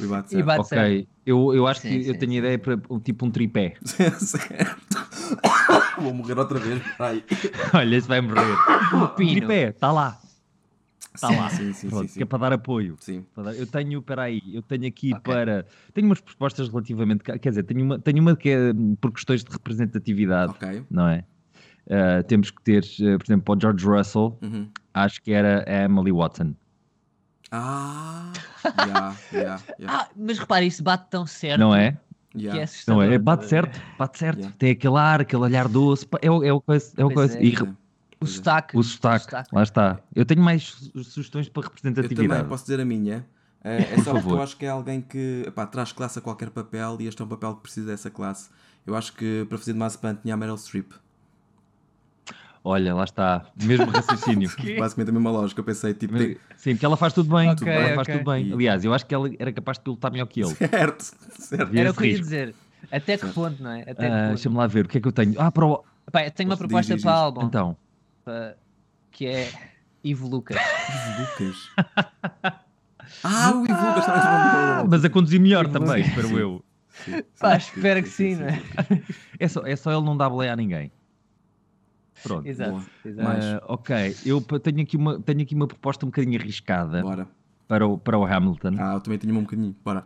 [SPEAKER 1] E bate
[SPEAKER 2] E
[SPEAKER 1] certo.
[SPEAKER 2] bate certo.
[SPEAKER 3] Ok. Eu, eu acho
[SPEAKER 2] Sim,
[SPEAKER 3] que eu
[SPEAKER 2] sim,
[SPEAKER 3] tenho
[SPEAKER 2] sim,
[SPEAKER 3] ideia para um- tipo um tripé.
[SPEAKER 1] certo. Vou morrer outra vez. Ai.
[SPEAKER 3] Olha, esse vai morrer.
[SPEAKER 1] Ah,
[SPEAKER 2] O Pino.
[SPEAKER 3] Tripé, está lá. Tá
[SPEAKER 1] sim,
[SPEAKER 3] lá.
[SPEAKER 1] sim, sim,
[SPEAKER 3] Pronto,
[SPEAKER 1] sim,
[SPEAKER 3] que é
[SPEAKER 1] sim.
[SPEAKER 3] para dar apoio.
[SPEAKER 1] Sim.
[SPEAKER 3] Para dar- Eu tenho, peraí, eu tenho aqui
[SPEAKER 2] Ok.
[SPEAKER 3] para. Tenho umas propostas relativamente. ca- Quer dizer, tenho uma, tenho uma que é hum, por questões de representatividade,
[SPEAKER 1] Ok.
[SPEAKER 3] não é? Ah, temos que ter, eh, por exemplo, para o George Russell,
[SPEAKER 1] Uhum.
[SPEAKER 3] acho que era a Emily Watson.
[SPEAKER 1] Ah! Yeah, yeah, yeah,
[SPEAKER 2] Ah, mas repare, isso bate tão certo
[SPEAKER 3] Não é?
[SPEAKER 2] que é
[SPEAKER 1] yeah.
[SPEAKER 3] Não
[SPEAKER 2] assustador.
[SPEAKER 3] é? Bate certo, bate certo.
[SPEAKER 1] Yeah.
[SPEAKER 3] Tem aquele ar, aquele olhar doce. pá, É o é o coisa. É o
[SPEAKER 2] Pois
[SPEAKER 3] coisa.
[SPEAKER 2] é.
[SPEAKER 3] E
[SPEAKER 1] Pois
[SPEAKER 3] re-
[SPEAKER 1] é,
[SPEAKER 2] O
[SPEAKER 1] pois é.
[SPEAKER 2] sotaque.
[SPEAKER 3] o sotaque,
[SPEAKER 2] sotaque.
[SPEAKER 3] lá está. Eu tenho mais su- sugestões para
[SPEAKER 1] Eu também
[SPEAKER 3] representatividade.
[SPEAKER 1] posso dizer a minha. É, é
[SPEAKER 3] Por
[SPEAKER 1] só porque
[SPEAKER 3] favor.
[SPEAKER 1] eu acho que é alguém que epá, traz classe a qualquer papel e este é um papel que precisa dessa classe. Eu acho que para fazer de Mazepan tinha a Meryl Streep.
[SPEAKER 3] Olha, lá está. Mesmo raciocínio.
[SPEAKER 1] Basicamente a mesma lógica. Eu pensei, tipo, tem-
[SPEAKER 3] Sim, porque ela faz tudo bem.
[SPEAKER 2] Ok,
[SPEAKER 3] ela faz
[SPEAKER 2] ok.
[SPEAKER 3] tudo bem.
[SPEAKER 1] E-
[SPEAKER 3] Aliás, eu acho que ela era capaz de pilotar melhor que ele.
[SPEAKER 1] certo, certo.
[SPEAKER 3] Havia
[SPEAKER 2] Era o
[SPEAKER 3] esse
[SPEAKER 2] que eu ia
[SPEAKER 3] risco.
[SPEAKER 2] dizer. Até que ponto, não é? Até
[SPEAKER 3] Ah,
[SPEAKER 2] que ponto.
[SPEAKER 3] Deixa-me lá ver o que é que eu tenho. Ah, para o...
[SPEAKER 2] Pá, eu tenho uma
[SPEAKER 1] Diz,
[SPEAKER 2] proposta
[SPEAKER 1] diz,
[SPEAKER 2] para
[SPEAKER 1] diz.
[SPEAKER 2] álbum,
[SPEAKER 3] Então,
[SPEAKER 2] pá, que é Ivo Lucas.
[SPEAKER 1] Lucas. Ah, o Ivo Lucas estava a
[SPEAKER 3] Ah, mas a conduzir melhor
[SPEAKER 2] Sim,
[SPEAKER 3] também,
[SPEAKER 2] sim.
[SPEAKER 3] espero eu.
[SPEAKER 2] Pá, espero que sim, não é?
[SPEAKER 3] É só, é só ele não dar boleia a ninguém. Pronto.
[SPEAKER 2] Exato.
[SPEAKER 1] Boa.
[SPEAKER 2] exato.
[SPEAKER 1] Mais.
[SPEAKER 3] Ah, ok, eu pa- tenho aqui, uma, tenho aqui uma proposta um bocadinho arriscada
[SPEAKER 1] Bora.
[SPEAKER 3] para o, para o Hamilton.
[SPEAKER 1] Ah, eu também tinha um bocadinho. Bora.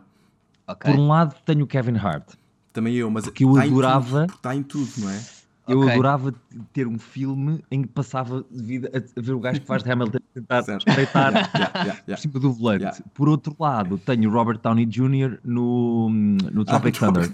[SPEAKER 2] Ok.
[SPEAKER 3] Por um lado, tenho o Kevin Hart.
[SPEAKER 1] Também eu, mas.
[SPEAKER 3] Porque eu
[SPEAKER 1] está em tudo,
[SPEAKER 3] adorava-
[SPEAKER 1] porque Está em tudo, não é?
[SPEAKER 3] Eu
[SPEAKER 2] Ok.
[SPEAKER 3] adorava ter um filme em que passava de vida a a ver o gajo que faz de Hamilton tentar
[SPEAKER 1] Certo.
[SPEAKER 3] deitar
[SPEAKER 1] Yeah, yeah,
[SPEAKER 3] por
[SPEAKER 1] yeah.
[SPEAKER 3] cima do volante.
[SPEAKER 1] Yeah.
[SPEAKER 3] Por outro lado, tenho o Robert Downey Jr. no,
[SPEAKER 1] Ah,
[SPEAKER 3] no Tropic Thunder.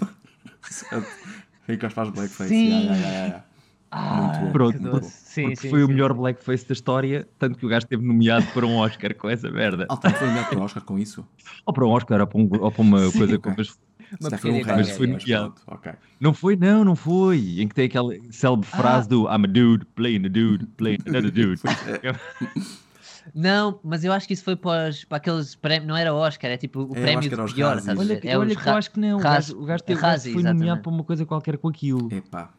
[SPEAKER 1] Certo. Em que os faz blackface.
[SPEAKER 2] Sim.
[SPEAKER 1] Yeah, yeah, yeah, yeah.
[SPEAKER 2] Ah,
[SPEAKER 1] Muito bom.
[SPEAKER 3] Pronto,
[SPEAKER 2] que
[SPEAKER 3] porque-
[SPEAKER 2] doce. Sim,
[SPEAKER 3] porque
[SPEAKER 2] sim,
[SPEAKER 3] foi o
[SPEAKER 2] sim.
[SPEAKER 3] melhor blackface da história, tanto que o gajo esteve nomeado para um Oscar com essa merda.
[SPEAKER 1] Altão foi nomeado para o Oscar com isso?
[SPEAKER 3] Ou para um Oscar, ou para, um- ou para uma
[SPEAKER 1] Sim,
[SPEAKER 3] coisa
[SPEAKER 1] ok.
[SPEAKER 3] como as-
[SPEAKER 2] Uma
[SPEAKER 1] Se calhar foi um
[SPEAKER 2] pequena
[SPEAKER 1] Mas
[SPEAKER 3] ideia,
[SPEAKER 1] foi
[SPEAKER 3] mas
[SPEAKER 1] nomeado. Ok.
[SPEAKER 3] Não foi, não, não foi. Em que tem aquela
[SPEAKER 1] Ah. é.
[SPEAKER 3] célebre frase do I'm a dude, playing a dude, playing another dude.
[SPEAKER 2] Não, mas eu acho que isso foi para, os- para aqueles prémios, não era Oscar, é tipo o
[SPEAKER 1] É, eu acho
[SPEAKER 2] prémio
[SPEAKER 1] que era
[SPEAKER 2] de
[SPEAKER 1] os
[SPEAKER 2] pior,
[SPEAKER 1] Razzies.
[SPEAKER 2] sabes?
[SPEAKER 1] Olha
[SPEAKER 3] Olha, que,
[SPEAKER 2] é
[SPEAKER 3] olha
[SPEAKER 2] os
[SPEAKER 3] que eu
[SPEAKER 2] Ra-
[SPEAKER 3] acho que não. O
[SPEAKER 2] Razzies,
[SPEAKER 3] gajo, o gajo, teve- o
[SPEAKER 2] Razzies,
[SPEAKER 3] gajo foi nomeado
[SPEAKER 2] exatamente.
[SPEAKER 3] para uma coisa qualquer com aquilo.
[SPEAKER 1] Epá.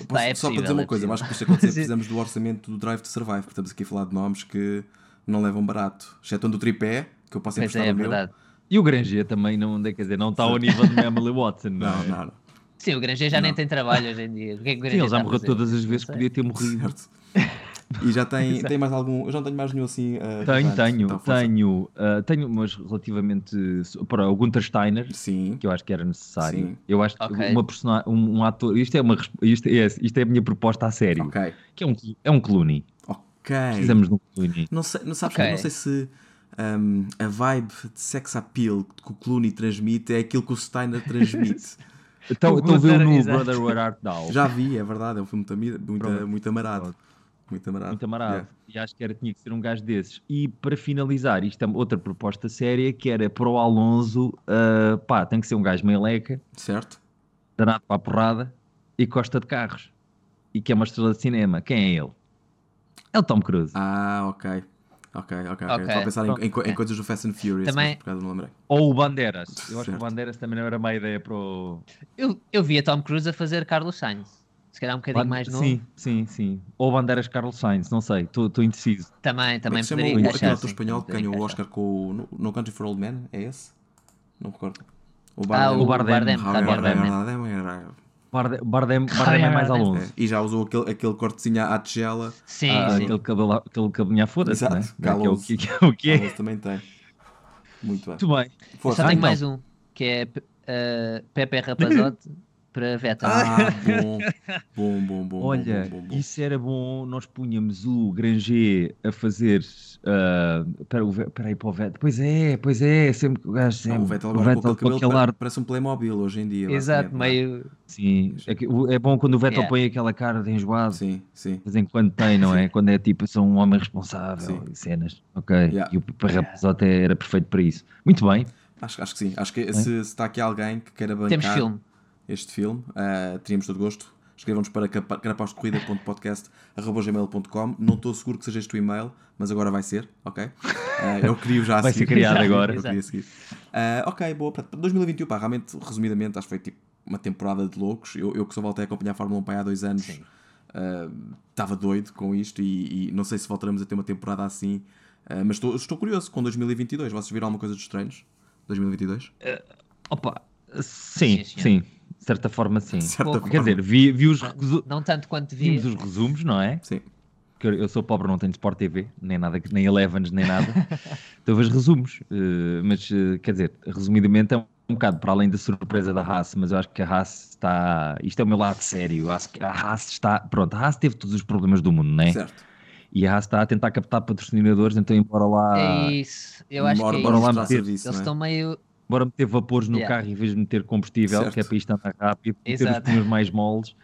[SPEAKER 1] Eu
[SPEAKER 2] Pá,
[SPEAKER 1] posso-
[SPEAKER 2] é
[SPEAKER 1] só para
[SPEAKER 2] possível,
[SPEAKER 1] dizer
[SPEAKER 2] é
[SPEAKER 1] uma coisa, eu acho que isto acontecer precisamos do orçamento do Drive to Survive, porque estamos aqui a falar de nomes que não levam barato. Excetuando o tripé, que eu posso
[SPEAKER 2] Pois
[SPEAKER 1] emprestar
[SPEAKER 2] é, é
[SPEAKER 1] o meu.
[SPEAKER 2] verdade.
[SPEAKER 3] E o Granger também não, quer dizer, não está ao nível de Emily Watson. Não,
[SPEAKER 1] Não,
[SPEAKER 3] é?
[SPEAKER 1] não, não.
[SPEAKER 2] Sim, o Granger já nem
[SPEAKER 1] Não.
[SPEAKER 2] tem trabalho hoje em dia. O que é que o
[SPEAKER 3] Sim,
[SPEAKER 2] Granger
[SPEAKER 3] ele já
[SPEAKER 2] está a
[SPEAKER 3] morreu
[SPEAKER 2] fazer?
[SPEAKER 3] todas as vezes que
[SPEAKER 2] sei.
[SPEAKER 3] podia ter morrido.
[SPEAKER 1] Certo. E já tem, tem mais algum. Eu já não tenho mais nenhum assim. ah,
[SPEAKER 3] Tenho,
[SPEAKER 1] portanto.
[SPEAKER 3] tenho,
[SPEAKER 1] Então, força.
[SPEAKER 3] tenho, ah, tenho, mas relativamente para o Gunter Steiner,
[SPEAKER 1] Sim.
[SPEAKER 3] que eu acho que era necessário.
[SPEAKER 1] Sim.
[SPEAKER 3] Eu acho que
[SPEAKER 2] Ok.
[SPEAKER 3] uma persona- um, um ator, isto é uma resp- isto é, isto é a minha proposta a sério,
[SPEAKER 1] Ok.
[SPEAKER 3] que é um é um Clooney.
[SPEAKER 1] Ok.
[SPEAKER 3] Precisamos de um Clooney.
[SPEAKER 1] Não, sei, não sabes,
[SPEAKER 2] Ok.
[SPEAKER 1] não sei se hum, a vibe de sex appeal que o Clooney transmite é aquilo que o Steiner transmite.
[SPEAKER 3] Então,
[SPEAKER 2] O
[SPEAKER 3] então vê
[SPEAKER 2] Gunter,
[SPEAKER 3] no
[SPEAKER 2] exato.
[SPEAKER 3] Brother Where Art Thou.
[SPEAKER 1] Já vi, é verdade, é um filme muito, ami- muito,
[SPEAKER 3] Pronto.
[SPEAKER 1] muito amarado. Muito amarado.
[SPEAKER 3] Muito amarado.
[SPEAKER 1] Yeah.
[SPEAKER 3] E acho que era, tinha que ser um gajo desses. E para finalizar, isto é outra proposta séria que era para o Alonso, ah, pá, tem que ser um gajo meleca,
[SPEAKER 1] Certo?
[SPEAKER 3] danado para a porrada e gosta de carros. E que é uma estrela de cinema. Quem é ele? É o Tom Cruise.
[SPEAKER 1] Ah, ok. Ok, ok, ok. Eu
[SPEAKER 2] Ok,
[SPEAKER 1] Estava a pensar em- em, co- em
[SPEAKER 2] pronto.
[SPEAKER 1] coisas do Fast and Furious,
[SPEAKER 2] Também-
[SPEAKER 1] mas por causa não lembrei.
[SPEAKER 3] Ou o Bandeiras. Eu acho que
[SPEAKER 1] Certo.
[SPEAKER 3] o Bandeiras também não era má ideia para o.
[SPEAKER 2] Eu, eu vi a Tom Cruise a fazer Carlos Sainz. Se calhar um bocadinho
[SPEAKER 3] Ban-
[SPEAKER 2] mais novo.
[SPEAKER 3] Sim, sim, sim. Ou o Bandeiras Carlos Sainz, não sei, estou indeciso.
[SPEAKER 2] Também,
[SPEAKER 1] Como é
[SPEAKER 2] também
[SPEAKER 1] que se chama
[SPEAKER 2] poderia
[SPEAKER 1] o aquele
[SPEAKER 2] encaixar.
[SPEAKER 1] ator
[SPEAKER 2] sim,
[SPEAKER 1] espanhol que
[SPEAKER 2] poderia
[SPEAKER 1] ganhou o
[SPEAKER 2] encaixar.
[SPEAKER 1] Oscar com o no, No Country for Old Men? É esse? Não me recordo. O
[SPEAKER 2] Ah,
[SPEAKER 1] Bardem.
[SPEAKER 2] o Bardem.
[SPEAKER 3] Bardem.
[SPEAKER 2] Javier Bardem.
[SPEAKER 3] Bardem,
[SPEAKER 2] Ah,
[SPEAKER 3] Bardem, Bardem é
[SPEAKER 2] Ai,
[SPEAKER 3] mais
[SPEAKER 2] Bardem.
[SPEAKER 1] É,
[SPEAKER 3] Alonso.
[SPEAKER 1] E já usou aquele, aquele cortezinho à à tigela.
[SPEAKER 2] Sim,
[SPEAKER 3] Ah,
[SPEAKER 2] sim.
[SPEAKER 3] Aquele cabelo, aquele cabelinho à foda-se,
[SPEAKER 1] Exato,
[SPEAKER 3] né? Que é o
[SPEAKER 1] Alonso.
[SPEAKER 3] que, que é o que é.
[SPEAKER 1] Ah, esse também tem. Muito bem.
[SPEAKER 3] Muito bem.
[SPEAKER 2] Eu
[SPEAKER 1] Força.
[SPEAKER 2] só tenho
[SPEAKER 3] então.
[SPEAKER 2] mais um, que é eh, Pepe Rapazote para Vettel.
[SPEAKER 1] Ah, bom. Bom, bom, bom.
[SPEAKER 3] Olha,
[SPEAKER 1] bom, bom, bom.
[SPEAKER 3] isso era bom. Nós punhamos o Granger a fazer. ah, Espera uh, aí para o Vettel. Pois é, pois é. Sempre que o gajo.
[SPEAKER 1] Ah,
[SPEAKER 3] Sempre,
[SPEAKER 1] o Vettel agora com aquele cabelo
[SPEAKER 3] ar.
[SPEAKER 1] pare- parece um Playmobil hoje em
[SPEAKER 3] é
[SPEAKER 1] dia.
[SPEAKER 2] Exato,
[SPEAKER 1] basicamente, é?
[SPEAKER 2] meio.
[SPEAKER 3] Sim, é, que o- é bom quando o Vettel
[SPEAKER 2] Yeah.
[SPEAKER 3] põe aquela cara de
[SPEAKER 1] não é?
[SPEAKER 3] enjoado.
[SPEAKER 1] Sim, sim.
[SPEAKER 3] De vez em quando tem, não é? Quando é tipo, sou um homem responsável
[SPEAKER 1] Sim.
[SPEAKER 3] e cenas. Ok.
[SPEAKER 1] Yeah.
[SPEAKER 3] E o Parrapazote era perfeito para isso. Muito bem.
[SPEAKER 1] Acho, acho que sim. Acho que se, se está aqui alguém que queira bancar
[SPEAKER 2] Temos filme.
[SPEAKER 1] este filme, ah, teríamos todo gosto. Escrevam-nos para capa- carapausdecorrida.podcast.gmail.com Não estou seguro que seja este o e-mail, mas agora vai ser, ok? Ah, eu queria já a
[SPEAKER 3] Vai ser
[SPEAKER 1] seguir.
[SPEAKER 3] criado
[SPEAKER 1] Eu
[SPEAKER 3] agora.
[SPEAKER 1] queria a seguir. Ah, ok, boa. Portanto, 2021, pá, realmente, resumidamente, acho que foi tipo uma temporada de loucos. Eu, eu que só voltei a acompanhar a Fórmula 1 para aí há dois anos,
[SPEAKER 2] Sim.
[SPEAKER 1] ah, estava doido com isto e, e não sei se voltaremos a ter uma temporada assim. Ah, mas estou, estou curioso com 2022. Vocês viram alguma coisa dos treinos? 2022?
[SPEAKER 3] É, Opa,
[SPEAKER 2] Sim,
[SPEAKER 3] sim,
[SPEAKER 2] senhor.
[SPEAKER 3] sim. De certa forma, sim.
[SPEAKER 1] De certa
[SPEAKER 2] Quer
[SPEAKER 1] forma.
[SPEAKER 3] Quer dizer, vi, vi os, resu-
[SPEAKER 2] Não tanto quanto vi.
[SPEAKER 3] vimos os resumos, não é?
[SPEAKER 1] Sim.
[SPEAKER 3] Porque eu sou pobre, não tenho Sport TV, nem nada, que- nem Elevens, nem nada. então vejo resumos. eh, mas, eh, quer dizer, resumidamente é um bocado para além da surpresa da Haas, mas eu acho que a Haas está. Isto é o meu lado sério. Eu acho que a Haas está. Pronto, a Haas teve todos os problemas do mundo, não é?
[SPEAKER 1] Certo.
[SPEAKER 3] E a Haas está a tentar captar patrocinadores, então embora lá.
[SPEAKER 2] É isso. Eu acho
[SPEAKER 1] Bora-
[SPEAKER 2] que é
[SPEAKER 1] bora
[SPEAKER 2] isso.
[SPEAKER 1] lá
[SPEAKER 3] isso.
[SPEAKER 1] mostrar serviço,
[SPEAKER 2] Eles
[SPEAKER 1] não é?
[SPEAKER 2] estão meio.
[SPEAKER 3] Bora meter vapores no
[SPEAKER 2] Yeah.
[SPEAKER 3] carro em vez de meter combustível,
[SPEAKER 1] Certo.
[SPEAKER 3] que é para isto andar rápido, meter os
[SPEAKER 2] Exato.
[SPEAKER 3] pneus mais moles,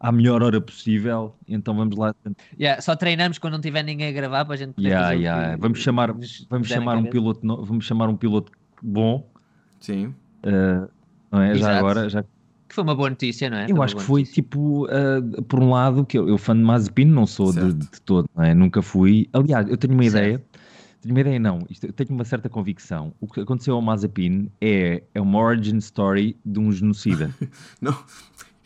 [SPEAKER 3] à melhor hora possível. Então vamos lá.
[SPEAKER 2] Yeah, só treinamos quando não tiver ninguém a gravar para a gente poder
[SPEAKER 3] Yeah,
[SPEAKER 2] fazer o
[SPEAKER 3] yeah.
[SPEAKER 2] que
[SPEAKER 3] Vamos chamar,
[SPEAKER 2] nos
[SPEAKER 3] vamos
[SPEAKER 2] der na
[SPEAKER 3] chamar um
[SPEAKER 2] cabeça.
[SPEAKER 3] piloto, no- vamos chamar um piloto bom,
[SPEAKER 1] Sim.
[SPEAKER 3] não é? Já
[SPEAKER 2] Exato.
[SPEAKER 3] agora, já
[SPEAKER 2] Que foi uma boa notícia, não é?
[SPEAKER 3] Eu
[SPEAKER 2] uma
[SPEAKER 3] acho que
[SPEAKER 2] boa
[SPEAKER 3] foi
[SPEAKER 2] notícia.
[SPEAKER 3] tipo, ah, por um lado, que eu, eu fã de Mazepin não sou de,
[SPEAKER 1] Certo.
[SPEAKER 3] de todo, não é? nunca fui. Aliás, eu tenho uma
[SPEAKER 2] Certo.
[SPEAKER 3] ideia, tenho uma ideia não, isto- eu tenho uma certa convicção. O que aconteceu ao Mazepin é, é uma origin story de um genocida.
[SPEAKER 1] Não,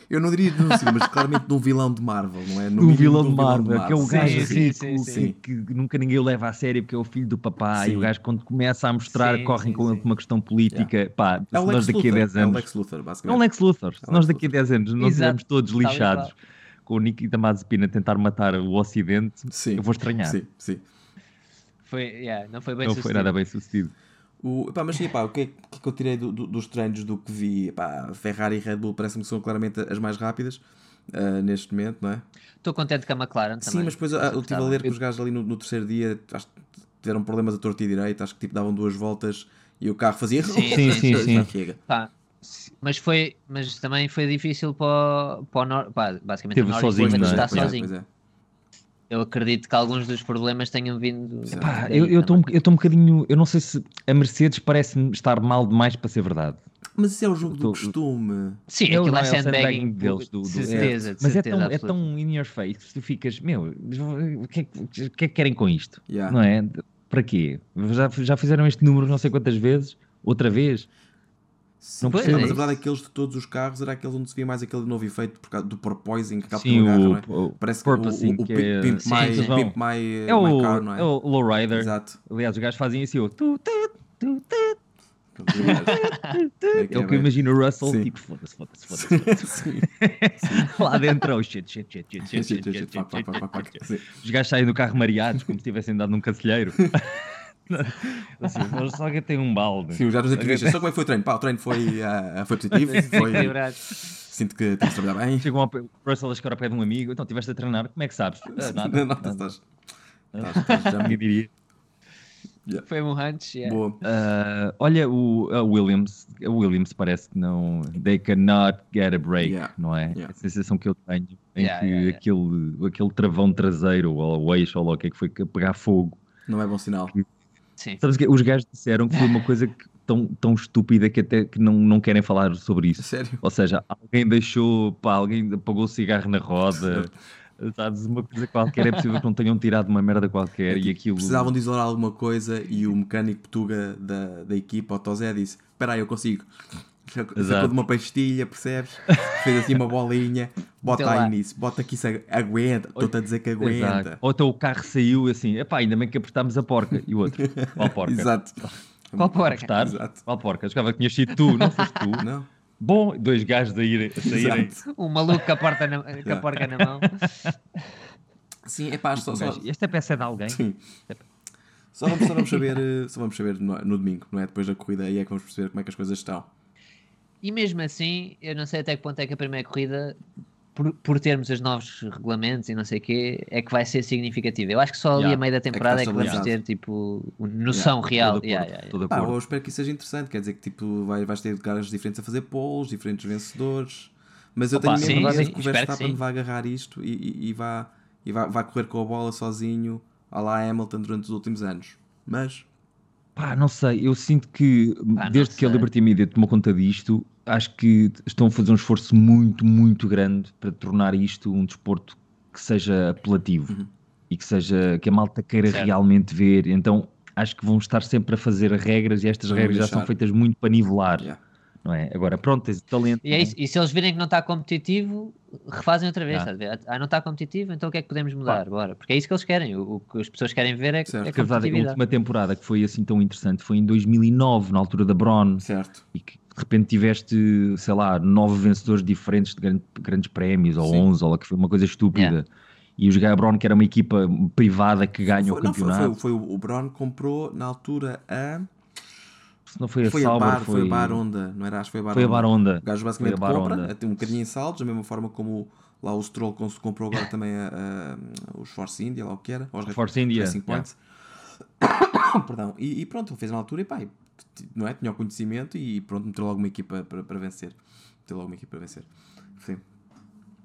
[SPEAKER 1] eu não diria de um filme, mas claramente de um vilão de Marvel, não é? No
[SPEAKER 3] um
[SPEAKER 1] mínimo
[SPEAKER 3] vilão de Marvel, que é o
[SPEAKER 2] Marvel.
[SPEAKER 3] gajo
[SPEAKER 2] Sim,
[SPEAKER 3] rico,
[SPEAKER 2] sim, sim,
[SPEAKER 1] sim.
[SPEAKER 3] Que, que nunca ninguém o leva a sério porque é o filho do papá
[SPEAKER 1] Sim.
[SPEAKER 3] e o gajo quando começa a mostrar,
[SPEAKER 2] Sim,
[SPEAKER 3] correm
[SPEAKER 2] sim,
[SPEAKER 3] com ele
[SPEAKER 2] sim.
[SPEAKER 3] por uma questão política, pá, se
[SPEAKER 1] É o
[SPEAKER 3] nós
[SPEAKER 1] Lex
[SPEAKER 3] daqui
[SPEAKER 1] Luthor.
[SPEAKER 3] a 10
[SPEAKER 1] É o
[SPEAKER 3] anos...
[SPEAKER 1] Lex Luthor,
[SPEAKER 3] É um
[SPEAKER 1] basicamente.
[SPEAKER 3] Lex Luthor. Se
[SPEAKER 1] É um Lex
[SPEAKER 3] nós daqui a 10 anos não
[SPEAKER 2] Exato.
[SPEAKER 3] estivermos todos
[SPEAKER 2] Tal e
[SPEAKER 3] lixados com o Nikita Mazepin a tentar matar o Ocidente,
[SPEAKER 1] Sim.
[SPEAKER 3] eu vou estranhar.
[SPEAKER 1] Sim, sim.
[SPEAKER 2] Foi, yeah, não foi bem
[SPEAKER 3] tipo- não foi
[SPEAKER 2] sucedido.
[SPEAKER 3] nada bem sucedido.
[SPEAKER 1] O, epá, mas sim, epá, o que é que- que, é que eu tirei do- do- dos treinos do que vi? Epá, Ferrari e Red Bull parece-me que são claramente as mais rápidas ah, neste momento, não é?
[SPEAKER 2] Estou contente com a McLaren também.
[SPEAKER 1] sim, mas depois ah, eu estive a ler que os gajos ali no, no terceiro dia acho que tiveram problemas a torto e direito, acho que tipo davam duas voltas e o carro fazia. é.
[SPEAKER 2] Sim,
[SPEAKER 3] sim, sim, sim.
[SPEAKER 1] Já chega.
[SPEAKER 2] Pá, mas foi, mas também foi difícil para o, para o Nor- pá, basicamente
[SPEAKER 3] Teve
[SPEAKER 2] o Norris
[SPEAKER 3] sozinho,
[SPEAKER 2] teve de
[SPEAKER 3] não é?
[SPEAKER 2] estar
[SPEAKER 1] Pois é,
[SPEAKER 2] sozinho.
[SPEAKER 1] pois é.
[SPEAKER 2] Eu acredito que alguns dos problemas tenham vindo.
[SPEAKER 1] Sim.
[SPEAKER 3] Pá,
[SPEAKER 2] daí
[SPEAKER 3] eu estou um,
[SPEAKER 2] também.
[SPEAKER 3] eu tô um bocadinho. Eu não sei se a Mercedes parece-me estar mal demais para ser verdade.
[SPEAKER 1] Mas isso é o jogo do
[SPEAKER 3] Tô-
[SPEAKER 1] costume.
[SPEAKER 2] Sim,
[SPEAKER 3] É o-
[SPEAKER 2] aquilo é
[SPEAKER 3] não, é o
[SPEAKER 2] sandbagging
[SPEAKER 3] sandbagging deles, do- do-
[SPEAKER 2] De certeza, de
[SPEAKER 3] Mas é
[SPEAKER 2] certeza.
[SPEAKER 3] tão, é
[SPEAKER 2] absoluta.
[SPEAKER 3] tão in your face, tu ficas, meu, o que é que, o que é que querem com isto?
[SPEAKER 1] Yeah.
[SPEAKER 3] Não é? Para quê? Já, já fizeram este número não sei quantas vezes? Outra vez?
[SPEAKER 1] Sim,
[SPEAKER 3] Não
[SPEAKER 1] mas
[SPEAKER 3] precisa.
[SPEAKER 1] a verdade é que aqueles de todos os carros era aqueles onde se via mais aquele novo efeito por causa do porpoising que acaba por
[SPEAKER 3] Sim,
[SPEAKER 1] um carro, não
[SPEAKER 3] o,
[SPEAKER 1] é?
[SPEAKER 3] o-
[SPEAKER 1] Parece que o, o,
[SPEAKER 3] porpoising,
[SPEAKER 1] o
[SPEAKER 3] que
[SPEAKER 1] Pimp,
[SPEAKER 3] é-
[SPEAKER 1] pimp
[SPEAKER 2] sim,
[SPEAKER 1] my,
[SPEAKER 2] sim.
[SPEAKER 1] pimp my,
[SPEAKER 3] é o,
[SPEAKER 1] my car, não é?
[SPEAKER 3] é o lowrider.
[SPEAKER 1] Exato.
[SPEAKER 3] Aliás, os gajos fazem assim, o tu, tu, tu, tu.
[SPEAKER 1] É
[SPEAKER 3] É o que eu imagino o Russell,
[SPEAKER 1] Sim.
[SPEAKER 3] tipo, foda-se, foda-se, foda-se.
[SPEAKER 1] Sim.
[SPEAKER 3] Lá dentro, oh shit, shit, shit, shit,
[SPEAKER 1] Sim,
[SPEAKER 3] shit,
[SPEAKER 1] sim,
[SPEAKER 3] shit,
[SPEAKER 1] sim,
[SPEAKER 3] shit,
[SPEAKER 1] sim.
[SPEAKER 3] shit,
[SPEAKER 1] Pac, pac,
[SPEAKER 3] shit,
[SPEAKER 1] pac, pac,
[SPEAKER 3] shit,
[SPEAKER 1] pac.
[SPEAKER 3] shit.
[SPEAKER 1] Sim.
[SPEAKER 3] Os gajos saem do carro mareados, como se tivessem dado num cancelheiro. assim, mas só que tem um balde.
[SPEAKER 1] Sim, os gajos nas entrevistas. Só como é que foi o treino? Pá, o treino foi, ah, foi positivo. Foi...
[SPEAKER 3] é
[SPEAKER 2] Equilibrado.
[SPEAKER 1] Sinto que tens de trabalhar bem.
[SPEAKER 3] Chegam ao pé- o Russell a chegar ao pé de um amigo, então estiveste a treinar, como é que sabes? Ah,
[SPEAKER 1] Não, não, estás. Estás, estás já
[SPEAKER 3] Ninguém diria.
[SPEAKER 2] Foi um hunch,
[SPEAKER 3] É.
[SPEAKER 2] yeah.
[SPEAKER 1] boa.
[SPEAKER 3] Ah, olha, o a Williams, a Williams parece que não. They cannot get a break,
[SPEAKER 1] Yeah.
[SPEAKER 3] não é?
[SPEAKER 1] Yeah.
[SPEAKER 3] A sensação que eu tenho em
[SPEAKER 2] Yeah,
[SPEAKER 3] que
[SPEAKER 2] yeah, yeah.
[SPEAKER 3] Aquele, aquele travão traseiro ou o eixo ou lá o que é que foi que a pegar fogo.
[SPEAKER 1] Não é bom sinal.
[SPEAKER 2] Sim.
[SPEAKER 3] Sabes que os gajos disseram que foi uma coisa que- tão, tão estúpida que até que não, não querem falar sobre isso.
[SPEAKER 1] Sério.
[SPEAKER 3] Ou seja, alguém deixou, pá, alguém apagou o cigarro na roda, sabes, uma coisa qualquer, é possível que não tenham tirado uma merda qualquer e aquilo...
[SPEAKER 1] É tipo, Precisavam de isolar alguma coisa e o mecânico Portuga da, da equipa, o Tozé, disse: Espera aí, eu consigo. Sacou
[SPEAKER 3] Exato.
[SPEAKER 1] sacou de uma pastilha, percebes? Fez assim uma bolinha, bota
[SPEAKER 2] Sei lá.
[SPEAKER 1] aí nisso, bota aqui, isso ag- aguenta. Estou-te a dizer que
[SPEAKER 3] Exato.
[SPEAKER 1] aguenta.
[SPEAKER 3] Ou então o carro saiu assim, epá, ainda bem que apertámos a porca. E o outro, qual porca?
[SPEAKER 1] Exato.
[SPEAKER 2] Qual porca?
[SPEAKER 3] Apertar?
[SPEAKER 1] Exato.
[SPEAKER 3] Qual porca? Jogava que tinhas sido tu, não foste tu.
[SPEAKER 1] Não?
[SPEAKER 3] Bom, dois gajos a, irem- a saírem.
[SPEAKER 1] Exato.
[SPEAKER 2] Um maluco com a, porta na- com a porca na mão.
[SPEAKER 1] Sim, é pá, só,
[SPEAKER 3] Um
[SPEAKER 1] só,
[SPEAKER 3] gajo, Esta peça é de alguém?
[SPEAKER 1] Sim. Só vamos, só vamos saber, eh, só vamos saber no, no domingo, não é? Depois da corrida aí é que vamos perceber como é que as coisas estão.
[SPEAKER 2] E mesmo assim, eu não sei até que ponto é que a primeira corrida, por, por termos os novos regulamentos e não sei o quê, é que vai ser significativa. Eu acho que só ali
[SPEAKER 3] Yeah. tá
[SPEAKER 2] a meio da
[SPEAKER 1] que
[SPEAKER 2] temporada é
[SPEAKER 1] está
[SPEAKER 2] que, vamos ter,
[SPEAKER 1] estabilizado.
[SPEAKER 2] tipo, noção
[SPEAKER 3] Estou de
[SPEAKER 2] real.
[SPEAKER 3] acordo,
[SPEAKER 2] Yeah, yeah, yeah.
[SPEAKER 3] estou de
[SPEAKER 1] Pá,
[SPEAKER 3] acordo.
[SPEAKER 1] eu espero que isso seja interessante, quer dizer que tipo, vai, vais ter caras diferentes a fazer polos, diferentes vencedores, mas eu
[SPEAKER 3] Opa,
[SPEAKER 1] tenho mesmo
[SPEAKER 3] sim,
[SPEAKER 1] medo
[SPEAKER 3] sim,
[SPEAKER 1] que o
[SPEAKER 2] espero que
[SPEAKER 1] Verstappen
[SPEAKER 2] sim.
[SPEAKER 1] vai agarrar isto e, e, e vá, e vá, vá correr com a bola sozinho à lá Hamilton durante os últimos anos. Mas,
[SPEAKER 3] Pá, não sei, eu sinto que
[SPEAKER 2] Pá, não
[SPEAKER 3] desde que a
[SPEAKER 2] sei.
[SPEAKER 3] Liberty Media tomou conta disto, acho que estão a fazer um esforço muito, muito grande para tornar isto um desporto que seja apelativo
[SPEAKER 1] Uhum.
[SPEAKER 3] e que seja que a malta queira
[SPEAKER 2] Certo.
[SPEAKER 3] realmente ver. Então acho que vão estar sempre a fazer regras e estas
[SPEAKER 1] Vão
[SPEAKER 3] regras já
[SPEAKER 1] deixar.
[SPEAKER 3] são feitas muito para nivelar,
[SPEAKER 1] yeah.
[SPEAKER 3] não é? Agora, pronto, tens o talento.
[SPEAKER 2] E, é isso. E se eles virem que não está competitivo, refazem outra vez,
[SPEAKER 3] Yeah.
[SPEAKER 2] estás a ver? Ah, não está competitivo, então o que é que podemos mudar? Bora. Porque é isso que eles querem. O, o que as pessoas querem ver é, que
[SPEAKER 1] Certo.
[SPEAKER 2] é
[SPEAKER 3] Porque a verdade é que a
[SPEAKER 2] competitividade.
[SPEAKER 3] última temporada que foi assim tão interessante foi em 2009, na altura da Bron.
[SPEAKER 1] certo.
[SPEAKER 3] e que de repente tiveste, sei lá, nove vencedores diferentes de grande- grandes prémios, ou
[SPEAKER 1] Sim.
[SPEAKER 3] 11, ou lá que foi uma coisa estúpida. E os Gabron, que era uma equipa privada que ganha
[SPEAKER 1] foi,
[SPEAKER 3] o
[SPEAKER 1] não, foi-
[SPEAKER 3] campeonato,
[SPEAKER 1] foi, foi o o Bron comprou na altura a.
[SPEAKER 3] se não foi a
[SPEAKER 1] Foi a
[SPEAKER 3] Sauber,
[SPEAKER 1] Bar,
[SPEAKER 3] foi,
[SPEAKER 1] foi a Bar Onda, não era? Acho que foi a Bar
[SPEAKER 3] foi a
[SPEAKER 1] Honda.
[SPEAKER 3] Baronda.
[SPEAKER 1] O gajo basicamente
[SPEAKER 3] Foi a Baronda.
[SPEAKER 1] compra, tem um bocadinho em saldos, da mesma forma como lá o Stroll cons- comprou agora também a, a- os Force India, lá o que era, os Ra-
[SPEAKER 3] Force India,
[SPEAKER 1] Racing Points. Perdão, e, e pronto, ele fez na altura e pá, e, t- não é? Tinha o conhecimento e pronto, meteu logo uma equipa para, para vencer. Meteu logo uma equipa para vencer. Sim.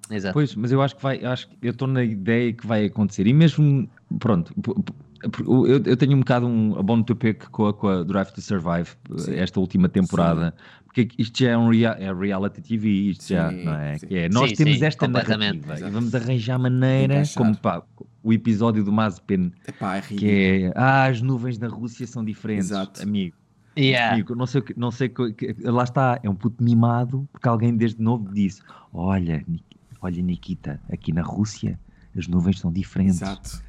[SPEAKER 2] Exato.
[SPEAKER 3] Pois, mas eu acho que vai, acho que eu estou na ideia que vai acontecer. E mesmo, pronto, p- p- eu, eu tenho um bocado um abono to pick com a, com a Drive to Survive
[SPEAKER 1] Sim.
[SPEAKER 3] esta última temporada, porque isto já é um rea- é reality TV, isto já,
[SPEAKER 1] Sim,
[SPEAKER 3] não é?
[SPEAKER 1] sim.
[SPEAKER 3] Que é, nós
[SPEAKER 2] Sim,
[SPEAKER 3] temos
[SPEAKER 2] sim,
[SPEAKER 3] esta
[SPEAKER 2] completamente.
[SPEAKER 3] narrativa e
[SPEAKER 1] Exato.
[SPEAKER 3] vamos arranjar maneira,
[SPEAKER 1] Encaixar.
[SPEAKER 3] como pá, o episódio do Mazepin,
[SPEAKER 1] Epá, é ridículo.
[SPEAKER 3] que é, ah, as nuvens na Rússia são diferentes,
[SPEAKER 1] Exato.
[SPEAKER 3] amigo.
[SPEAKER 2] Yeah.
[SPEAKER 3] Amigo, não sei, o que- não sei co- que- lá está, é um puto mimado, porque alguém desde novo disse: Olha, Ni- olha Nikita, aqui na Rússia as nuvens são diferentes.
[SPEAKER 1] Exato.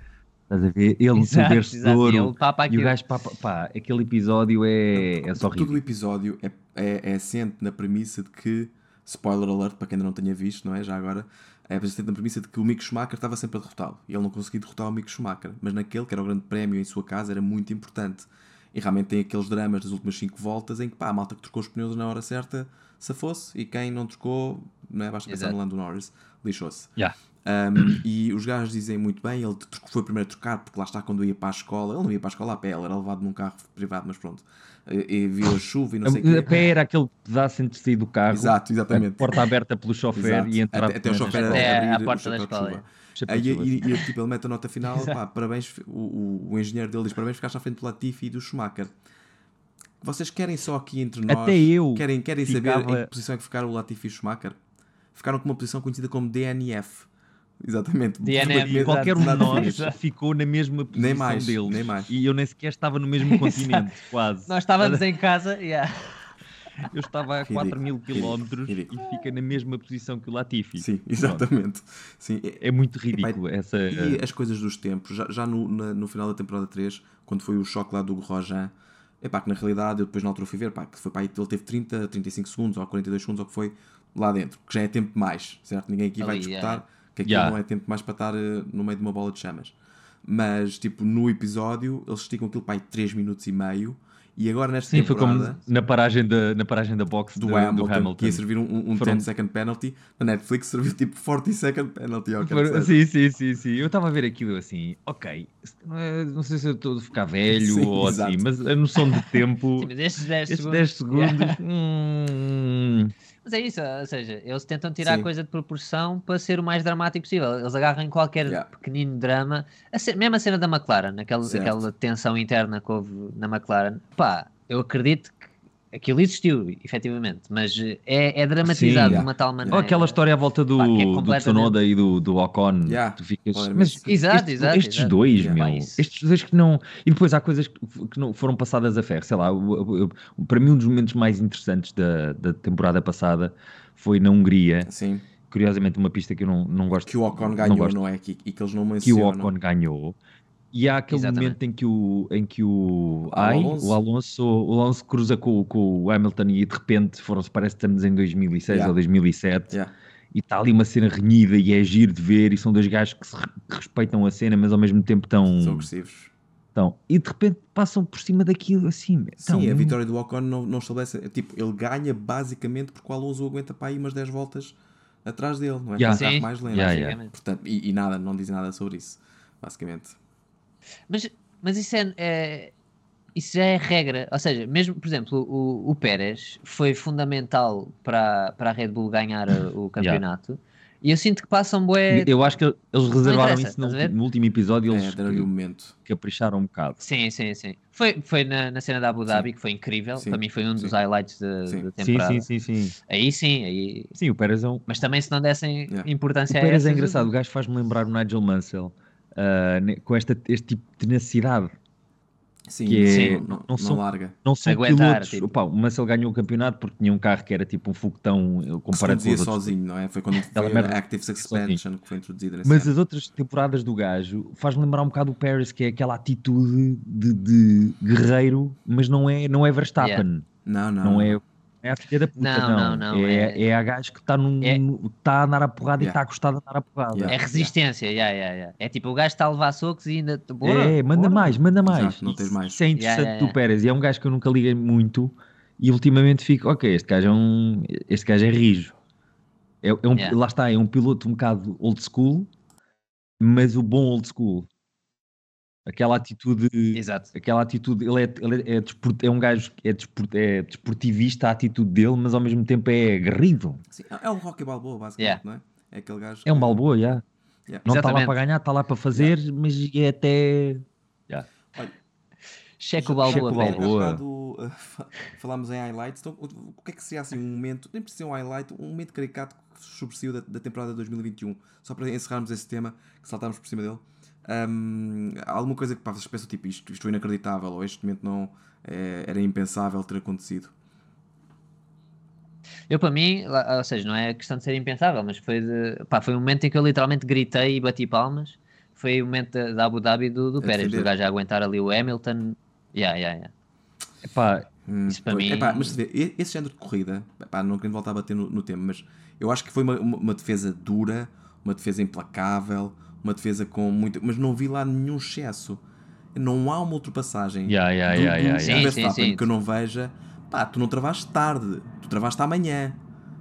[SPEAKER 3] Estás a ver? Ele, é o seu
[SPEAKER 2] Exato,
[SPEAKER 3] berço de
[SPEAKER 2] exato. E
[SPEAKER 3] ouro.
[SPEAKER 2] ele tá papa
[SPEAKER 3] E o
[SPEAKER 2] aquilo.
[SPEAKER 3] gajo, pá, pá, pá, aquele episódio é, é só
[SPEAKER 1] Todo
[SPEAKER 3] ridículo.
[SPEAKER 1] o episódio é, é, é assente na premissa de que, spoiler alert para quem ainda não tenha visto, não é? Já agora, é assente na premissa de que o Mick Schumacher estava sempre a derrotá-lo e ele não conseguia derrotar o Mick Schumacher, mas naquele que era o grande prémio em sua casa era muito importante. E realmente tem aqueles dramas das últimas 5 voltas em que pá, a malta que trocou os pneus na hora certa se fosse e quem não trocou, não é? Basta pensar
[SPEAKER 2] Exato.
[SPEAKER 1] no Lando Norris, lixou-se.
[SPEAKER 3] Yeah.
[SPEAKER 1] Um, e os gajos dizem muito bem, ele tro- foi o primeiro a trocar, porque lá está quando ia para a escola, ele não ia para a escola a pé, ele era levado num carro privado, mas pronto, e, e viu a chuva e não sei o
[SPEAKER 3] A, a
[SPEAKER 1] quê.
[SPEAKER 3] pé era aquele pedaço entre sair do carro,
[SPEAKER 1] Exato,
[SPEAKER 3] a
[SPEAKER 1] exatamente.
[SPEAKER 3] porta aberta pelo chofer
[SPEAKER 1] Exato.
[SPEAKER 3] e entrar
[SPEAKER 1] até, até o
[SPEAKER 3] pela
[SPEAKER 1] chofer
[SPEAKER 3] janela.
[SPEAKER 2] escola. É,
[SPEAKER 1] abrir
[SPEAKER 2] à
[SPEAKER 1] o
[SPEAKER 2] porta
[SPEAKER 1] chapéu
[SPEAKER 2] da
[SPEAKER 1] de
[SPEAKER 2] escola,
[SPEAKER 1] chuva.
[SPEAKER 3] Chapéu
[SPEAKER 1] Aí,
[SPEAKER 3] de chuva.
[SPEAKER 1] e, e, e, tipo, ele mete a nota final, pá, parabéns, o, o, o engenheiro dele diz parabéns, ficaste à frente do Latifi e do Schumacher. Vocês querem só aqui entre nós.
[SPEAKER 3] Até eu
[SPEAKER 1] Querem, querem saber
[SPEAKER 3] ficava-
[SPEAKER 1] em que posição é que ficaram o Latifi e o Schumacher? Ficaram com uma posição conhecida como DNF. Exatamente.
[SPEAKER 2] DNF,
[SPEAKER 1] Exatamente.
[SPEAKER 3] Qualquer um de
[SPEAKER 1] Nada
[SPEAKER 3] nós
[SPEAKER 1] disso.
[SPEAKER 3] já ficou na mesma posição
[SPEAKER 1] Nem mais,
[SPEAKER 3] deles.
[SPEAKER 1] nem mais.
[SPEAKER 3] E eu nem sequer estava no mesmo continente, quase.
[SPEAKER 2] Nós estávamos em casa, yeah.
[SPEAKER 3] Eu estava a
[SPEAKER 1] Ridículo,
[SPEAKER 3] 4 mil quilómetros e
[SPEAKER 1] ridículo.
[SPEAKER 3] fica na mesma posição que o Latifi.
[SPEAKER 1] Sim, exatamente. Sim. e-
[SPEAKER 3] É muito ridículo essa.
[SPEAKER 1] E as coisas dos tempos, já, já no, na- no final da temporada 3, quando foi o choque lá do Hugo Rojan, epá, que na realidade eu depois na altura fui ver, pá, que foi, pá, ele teve 30, 35 segundos ou 42 segundos ou o que foi lá dentro, que já é tempo demais, certo? Ninguém aqui vai
[SPEAKER 2] Ali,
[SPEAKER 1] disputar
[SPEAKER 2] yeah.
[SPEAKER 1] que aquilo
[SPEAKER 3] Yeah.
[SPEAKER 1] não é tempo demais para estar eh, no meio de uma bola de chamas. Mas, tipo, no episódio, eles esticam aquilo, pá, 3 minutos e meio, e agora nesta
[SPEAKER 3] Sim, foi
[SPEAKER 1] temporada
[SPEAKER 3] como na paragem da, na paragem da box
[SPEAKER 1] do,
[SPEAKER 3] de-
[SPEAKER 1] Hamilton,
[SPEAKER 3] Do Hamilton.
[SPEAKER 1] que ia servir um, um, um
[SPEAKER 3] Foram-
[SPEAKER 1] 10 second penalty, na Netflix serviu tipo 40 second penalty, ou o que
[SPEAKER 3] Foram- assim.
[SPEAKER 1] é que seja.
[SPEAKER 3] Sim, sim, sim, sim. Eu estava a ver aquilo assim, ok, não, é- não sei se eu estou a ficar velho
[SPEAKER 1] Sim,
[SPEAKER 3] ou assim,
[SPEAKER 1] exato.
[SPEAKER 3] mas a noção de tempo,
[SPEAKER 2] Sim, mas estes 10
[SPEAKER 3] estes
[SPEAKER 2] segundos.
[SPEAKER 3] 10
[SPEAKER 2] yeah.
[SPEAKER 3] segundos, hum,
[SPEAKER 2] Mas é isso, ou seja, eles tentam tirar
[SPEAKER 1] Sim.
[SPEAKER 2] a coisa de proporção para ser o mais dramático possível. Eles agarram em qualquer
[SPEAKER 1] Yeah.
[SPEAKER 2] pequenino drama. A ce- mesmo a cena da McLaren, aquela,
[SPEAKER 1] Certo.
[SPEAKER 2] aquela tensão interna que houve na McLaren. Pá, eu acredito que aquilo existiu, efetivamente, mas eh, é, é dramatizado de
[SPEAKER 3] yeah.
[SPEAKER 2] uma tal
[SPEAKER 1] Yeah.
[SPEAKER 2] maneira.
[SPEAKER 3] ou aquela história à volta do,
[SPEAKER 2] É. Pá, que é
[SPEAKER 3] do
[SPEAKER 2] completamente-
[SPEAKER 3] Tsunoda e do, do Ocon,
[SPEAKER 1] Yeah,
[SPEAKER 3] tu ficas,
[SPEAKER 1] claramente.
[SPEAKER 3] mas
[SPEAKER 2] Exato,
[SPEAKER 3] estes,
[SPEAKER 2] exato,
[SPEAKER 3] estes
[SPEAKER 2] exato. É,
[SPEAKER 3] dois,
[SPEAKER 1] Yeah.
[SPEAKER 3] meu,
[SPEAKER 2] Pá, isso.
[SPEAKER 3] estes dois que não, e depois há coisas que que não foram passadas a ferro, sei lá, o- o- o- para mim um dos momentos mais interessantes da, da temporada passada foi na Hungria,
[SPEAKER 1] Sim.
[SPEAKER 3] curiosamente uma pista que eu não, não gosto
[SPEAKER 1] que o Ocon
[SPEAKER 3] não
[SPEAKER 1] ganhou, não,
[SPEAKER 3] gosto
[SPEAKER 1] é? Que, e que eles não
[SPEAKER 3] que o
[SPEAKER 1] mencionam.
[SPEAKER 3] Ocon ganhou. E há aquele
[SPEAKER 2] Exatamente.
[SPEAKER 3] momento em que o, em que o,
[SPEAKER 1] O
[SPEAKER 3] ai,
[SPEAKER 1] Alonso.
[SPEAKER 3] o, Alonso, o Alonso cruza com, com o Hamilton e de repente foram-se, parece que estamos em 2006
[SPEAKER 1] Yeah.
[SPEAKER 3] ou 2007
[SPEAKER 1] Yeah.
[SPEAKER 3] e está ali uma cena renhida e é giro de ver e são dois gajos que se re- que respeitam a cena mas ao mesmo tempo
[SPEAKER 1] São
[SPEAKER 3] tão...
[SPEAKER 1] agressivos.
[SPEAKER 3] tão e de repente passam por cima daquilo assim. então,
[SPEAKER 1] Sim, a vitória do Ocon não, não estabelece. Tipo, ele ganha basicamente porque o Alonso aguenta para aí umas 10 voltas atrás dele, não é? Com
[SPEAKER 3] Yeah.
[SPEAKER 1] o carro
[SPEAKER 2] Sim.
[SPEAKER 1] mais lento.
[SPEAKER 3] Yeah,
[SPEAKER 2] basicamente.
[SPEAKER 1] Portanto, e, e nada, não diz nada sobre isso, basicamente.
[SPEAKER 2] Mas, mas isso, é, é- isso já é regra. Ou seja, mesmo, por exemplo, o, o Pérez foi fundamental para, para a Red Bull ganhar eh, o, o campeonato. E eu sinto que passam bué...
[SPEAKER 3] Eu acho que eles reservaram
[SPEAKER 2] interessa,
[SPEAKER 3] isso no,
[SPEAKER 2] estás a ver?
[SPEAKER 3] último- no último episódio
[SPEAKER 1] É,
[SPEAKER 3] eles
[SPEAKER 1] deram-lhe o momento.
[SPEAKER 3] capricharam um bocado.
[SPEAKER 2] Sim, sim, sim. Foi, foi na, na cena da Abu Dhabi, que foi incrível.
[SPEAKER 1] Sim.
[SPEAKER 2] Para mim foi um dos
[SPEAKER 1] Sim.
[SPEAKER 2] highlights da,
[SPEAKER 1] Sim.
[SPEAKER 2] da
[SPEAKER 3] Sim,
[SPEAKER 2] temporada.
[SPEAKER 3] sim, sim, sim.
[SPEAKER 2] Aí sim, aí...
[SPEAKER 3] Sim, o Pérez é um,
[SPEAKER 2] Mas também se não dessem
[SPEAKER 1] Yeah.
[SPEAKER 3] O
[SPEAKER 2] importância a
[SPEAKER 3] Pérez é
[SPEAKER 2] essas,
[SPEAKER 3] engraçado, o gajo faz-me lembrar o Nigel Mansell ah, ne- com esta, este tipo de tenacidade.
[SPEAKER 1] Sim,
[SPEAKER 3] Que
[SPEAKER 2] é-
[SPEAKER 1] não, não,
[SPEAKER 3] não são-
[SPEAKER 1] não larga.
[SPEAKER 3] Não são
[SPEAKER 2] Aguentar,
[SPEAKER 3] pilotos.
[SPEAKER 2] tipo.
[SPEAKER 3] Opá, o Mansell ganhou o campeonato porque tinha um carro que era tipo um foguetão eh,
[SPEAKER 1] Que se
[SPEAKER 3] comparado com
[SPEAKER 1] conduzia
[SPEAKER 3] os outros.
[SPEAKER 1] sozinho, não é? Foi quando foi
[SPEAKER 3] Aquela merda
[SPEAKER 1] a Active Suspension que foi introduzida nesse
[SPEAKER 3] Mas
[SPEAKER 1] ano.
[SPEAKER 3] as outras temporadas do gajo faz-me lembrar um bocado o Pérez, que é aquela atitude de, de guerreiro, mas não é, não é Verstappen.
[SPEAKER 1] Não, não.
[SPEAKER 3] Não é, é a filha da puta,
[SPEAKER 2] Não,
[SPEAKER 3] não.
[SPEAKER 2] não, não,
[SPEAKER 3] é,
[SPEAKER 2] é-
[SPEAKER 3] é a gajo que está
[SPEAKER 2] É-
[SPEAKER 3] tá a andar a porrada
[SPEAKER 1] Yeah.
[SPEAKER 3] e está a gostar de andar a porrada.
[SPEAKER 1] Yeah.
[SPEAKER 2] É resistência, yeah, yeah, yeah. é tipo o gajo está a levar socos e ainda. Bora,
[SPEAKER 3] é, manda
[SPEAKER 2] bora.
[SPEAKER 3] mais, manda mais.
[SPEAKER 1] Exato, não
[SPEAKER 3] Isso-
[SPEAKER 1] tens mais.
[SPEAKER 3] Isso é interessante
[SPEAKER 2] Yeah, yeah,
[SPEAKER 3] do Pérez. E é um gajo que eu nunca liguei muito e ultimamente fico, ok, este gajo é um. Este gajo é rijo. É, é um,
[SPEAKER 2] Yeah.
[SPEAKER 3] Lá está, é um piloto um bocado old school, mas o bom old school. Aquela atitude.
[SPEAKER 2] Exato.
[SPEAKER 3] Aquela atitude, ele é, ele é, despor- é um gajo que é, despor- é desportivista a atitude dele, mas ao mesmo tempo é aguerrido.
[SPEAKER 1] Sim, é o Rocky Balboa, basicamente, não é? É aquele gajo.
[SPEAKER 3] É um
[SPEAKER 1] que-
[SPEAKER 3] balboa, yeah.
[SPEAKER 1] Yeah.
[SPEAKER 3] não está lá
[SPEAKER 2] Exatamente.
[SPEAKER 3] para ganhar, está lá para fazer, mas é até
[SPEAKER 2] Checa
[SPEAKER 1] Já-
[SPEAKER 2] o Balboa,
[SPEAKER 3] Checo
[SPEAKER 2] Pérez.
[SPEAKER 3] Balboa.
[SPEAKER 1] Há bocado, uh, fa- falámos em highlights, então o o que é que seria assim um momento, nem precisa ser um highlight, um momento caricato que sobressaiu da, da temporada 2021, só para encerrarmos esse tema, que saltámos por cima dele. Hum, há alguma coisa que pá, vocês pensam tipo isto, isto é inacreditável, ou este momento não é, era impensável ter acontecido.
[SPEAKER 2] Eu, para mim, lá- ou seja, não é questão de ser impensável, mas foi, de, pá, foi um momento em que eu literalmente gritei e bati palmas. Foi o momento da, da Abu Dhabi do, do
[SPEAKER 1] A
[SPEAKER 2] Pérez,
[SPEAKER 1] defender.
[SPEAKER 2] do gajo a aguentar ali o Hamilton. Yeah, yeah, yeah.
[SPEAKER 3] epá,
[SPEAKER 1] Hum,
[SPEAKER 2] Isso para
[SPEAKER 1] pois.
[SPEAKER 2] mim-
[SPEAKER 1] Epá, mas se vê, e- esse género de corrida, epá, não querendo voltar a bater no, no tema, mas eu acho que foi uma, uma- uma defesa dura, uma defesa implacável, uma defesa com muito. Mas não vi lá nenhum excesso. Não há uma ultrapassagem
[SPEAKER 3] yeah, yeah,
[SPEAKER 1] do,
[SPEAKER 3] yeah,
[SPEAKER 1] do-
[SPEAKER 3] yeah,
[SPEAKER 1] do
[SPEAKER 2] Sim,
[SPEAKER 3] yeah.
[SPEAKER 1] Verstappen
[SPEAKER 2] sim, sim.
[SPEAKER 1] que eu não veja, pá, tu não travaste tarde, tu travaste amanhã.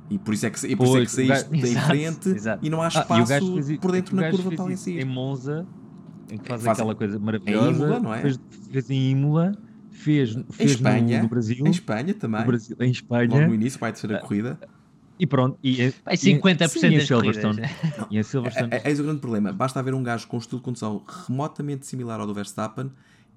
[SPEAKER 1] E por isso é que, e por
[SPEAKER 3] Pois,
[SPEAKER 1] isso é
[SPEAKER 3] o
[SPEAKER 1] que
[SPEAKER 3] gajo-
[SPEAKER 1] saíste em
[SPEAKER 2] Exato,
[SPEAKER 1] frente
[SPEAKER 2] exato.
[SPEAKER 1] e não há
[SPEAKER 3] Ah, e o
[SPEAKER 1] espaço
[SPEAKER 3] gajo fez i-
[SPEAKER 1] por dentro
[SPEAKER 3] o
[SPEAKER 1] na
[SPEAKER 3] gajo
[SPEAKER 1] curva
[SPEAKER 3] fez
[SPEAKER 1] para ali em
[SPEAKER 3] isso Em
[SPEAKER 1] cima.
[SPEAKER 3] Monza, em que faz,
[SPEAKER 1] Faz-
[SPEAKER 3] aquela coisa maravilhosa.
[SPEAKER 1] Imola, não é?
[SPEAKER 3] Fez, fez em Imola, fez, fez
[SPEAKER 1] Espanha,
[SPEAKER 3] no, no Brasil,
[SPEAKER 1] Em Espanha também,
[SPEAKER 3] no Ah, Brasil, em
[SPEAKER 1] logo
[SPEAKER 3] Espanha,
[SPEAKER 1] no início, vai terceira corrida.
[SPEAKER 3] e pronto. E, em-
[SPEAKER 2] Pá, e
[SPEAKER 3] e em-
[SPEAKER 2] 50%
[SPEAKER 3] sim, é em
[SPEAKER 2] das corridas.
[SPEAKER 3] Silverstone. E em Silverstone.
[SPEAKER 1] É, é, eis o grande problema. Basta haver um gajo com um estilo de condução remotamente similar ao do Verstappen